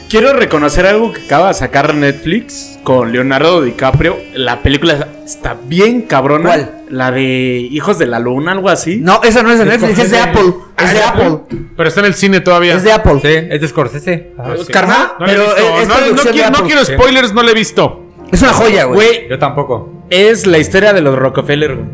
Speaker 5: Quiero reconocer algo que acaba de sacar Netflix con Leonardo DiCaprio. La película está bien cabrona.
Speaker 2: ¿Cuál?
Speaker 5: La de Hijos de la Luna, algo así.
Speaker 2: No, esa no es de Netflix,
Speaker 7: Escoger
Speaker 2: es de
Speaker 7: de-
Speaker 2: Apple.
Speaker 7: Ah,
Speaker 2: Es
Speaker 6: ¿Ah,
Speaker 2: de Apple.
Speaker 6: Pero está en el cine todavía.
Speaker 2: Es de Apple.
Speaker 7: sí, <laughs> es de Ah, Scorsese.
Speaker 6: Pues Sí.
Speaker 5: Carnal,
Speaker 6: No la
Speaker 2: Pues
Speaker 6: he
Speaker 2: pero
Speaker 6: visto.
Speaker 2: es- es
Speaker 6: No- no
Speaker 2: producción
Speaker 6: quiero-
Speaker 2: de
Speaker 6: no
Speaker 2: Apple.
Speaker 6: quiero spoilers, no la he visto.
Speaker 2: Es una joya, güey.
Speaker 5: Güey,
Speaker 7: Yo tampoco.
Speaker 5: es la historia de los Rockefeller, güey.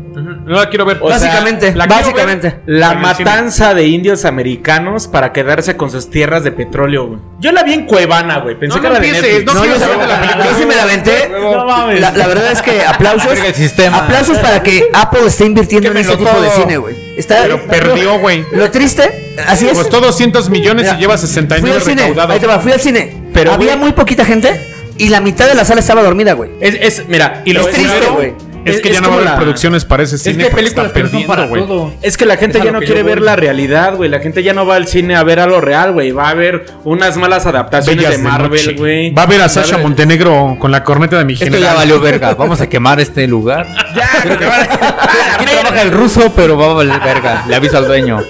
Speaker 6: No la quiero ver.
Speaker 5: O sea,
Speaker 2: Básicamente,
Speaker 6: la quiero
Speaker 2: básicamente.
Speaker 5: La
Speaker 6: En el
Speaker 5: matanza de indios americanos para quedarse con sus tierras de petróleo, güey. Yo la vi en Cuevana, güey. Pensé
Speaker 6: No,
Speaker 5: que
Speaker 6: no
Speaker 5: era de
Speaker 6: empieces,
Speaker 5: Netflix.
Speaker 6: no
Speaker 2: No, yo,
Speaker 6: quiero
Speaker 2: sí-
Speaker 6: saber de la película.
Speaker 2: yo sí me la aventé.
Speaker 5: No mames.
Speaker 2: La, la verdad es que aplausos.
Speaker 7: Verga, el sistema.
Speaker 2: Aplausos para que Apple esté invirtiendo en este
Speaker 7: Quémelo
Speaker 2: tipo de
Speaker 7: todo.
Speaker 2: cine, güey. Está-
Speaker 6: Pero perdió, güey.
Speaker 2: Lo triste, así es.
Speaker 6: Costó 200 millones
Speaker 2: Mira,
Speaker 6: y lleva
Speaker 2: fui
Speaker 6: 69
Speaker 2: al cine.
Speaker 6: recaudado.
Speaker 2: Ahí te va, fui al cine.
Speaker 5: Pero,
Speaker 2: Había
Speaker 5: güey-
Speaker 2: muy poquita gente y la mitad de la sala estaba dormida, güey.
Speaker 5: Es, es- mira,
Speaker 2: Es
Speaker 5: te voy a decir
Speaker 2: triste,
Speaker 5: algo.
Speaker 2: güey.
Speaker 6: Es, que ya no va a
Speaker 5: como
Speaker 6: haber
Speaker 5: la-
Speaker 6: producciones para ese cine.
Speaker 7: es que
Speaker 6: porque
Speaker 7: películas
Speaker 6: está
Speaker 7: que no son
Speaker 6: perdiendo,
Speaker 7: para
Speaker 6: güey.
Speaker 7: todo.
Speaker 5: Es que la gente
Speaker 7: Es a
Speaker 5: ya
Speaker 7: lo
Speaker 5: no
Speaker 7: que
Speaker 5: quiere
Speaker 7: yo
Speaker 5: ver
Speaker 7: voy.
Speaker 5: la realidad, güey. La gente ya no va al cine a ver a lo real, güey. Va a ver unas malas adaptaciones
Speaker 6: Bellas
Speaker 5: de
Speaker 6: de noche.
Speaker 5: Marvel, güey.
Speaker 6: Va a ver a Sasha
Speaker 5: ver-
Speaker 6: Montenegro con la corneta de mi
Speaker 7: Esto ya
Speaker 6: general.
Speaker 7: valió verga. Vamos a quemar este <laughs> lugar.
Speaker 3: <laughs>
Speaker 7: Aquí trabaja el ruso, pero va a valer verga. Le aviso al dueño.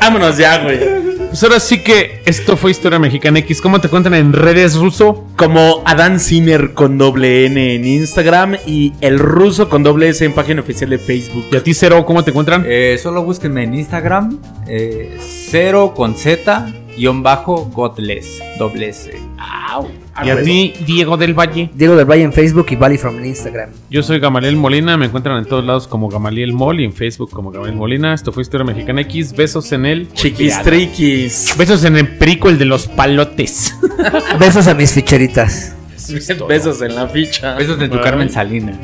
Speaker 5: Vámonos ya, güey.
Speaker 6: Pues ahora sí que esto fue Historia Mexicana X. ¿Cómo te cuentan en redes ruso?
Speaker 5: Como Adán Zimmer con doble N en Instagram y el ruso con doble S en página oficial de Facebook.
Speaker 6: ¿Y a ti, Cero, cómo te encuentran?
Speaker 7: Eh, solo búsquenme en Instagram. eh, cero con Z, guión bajo, godless. Doble S.
Speaker 6: y a ti, Diego del Valle.
Speaker 2: Diego del Valle en Facebook y Valley from en Instagram.
Speaker 6: Yo soy Gamaliel Molina. Me encuentran en todos lados como Gamaliel Mol y en Facebook como Gamaliel Molina. Esto fue Historia Mexicana X. Besos en el.
Speaker 5: Chiquis triquis.
Speaker 6: Besos en el perico, el de los palotes.
Speaker 2: Besos a mis ficheritas.
Speaker 5: <laughs> Besos en la ficha.
Speaker 7: Besos de tu
Speaker 6: Bye.
Speaker 7: Carmen Salina.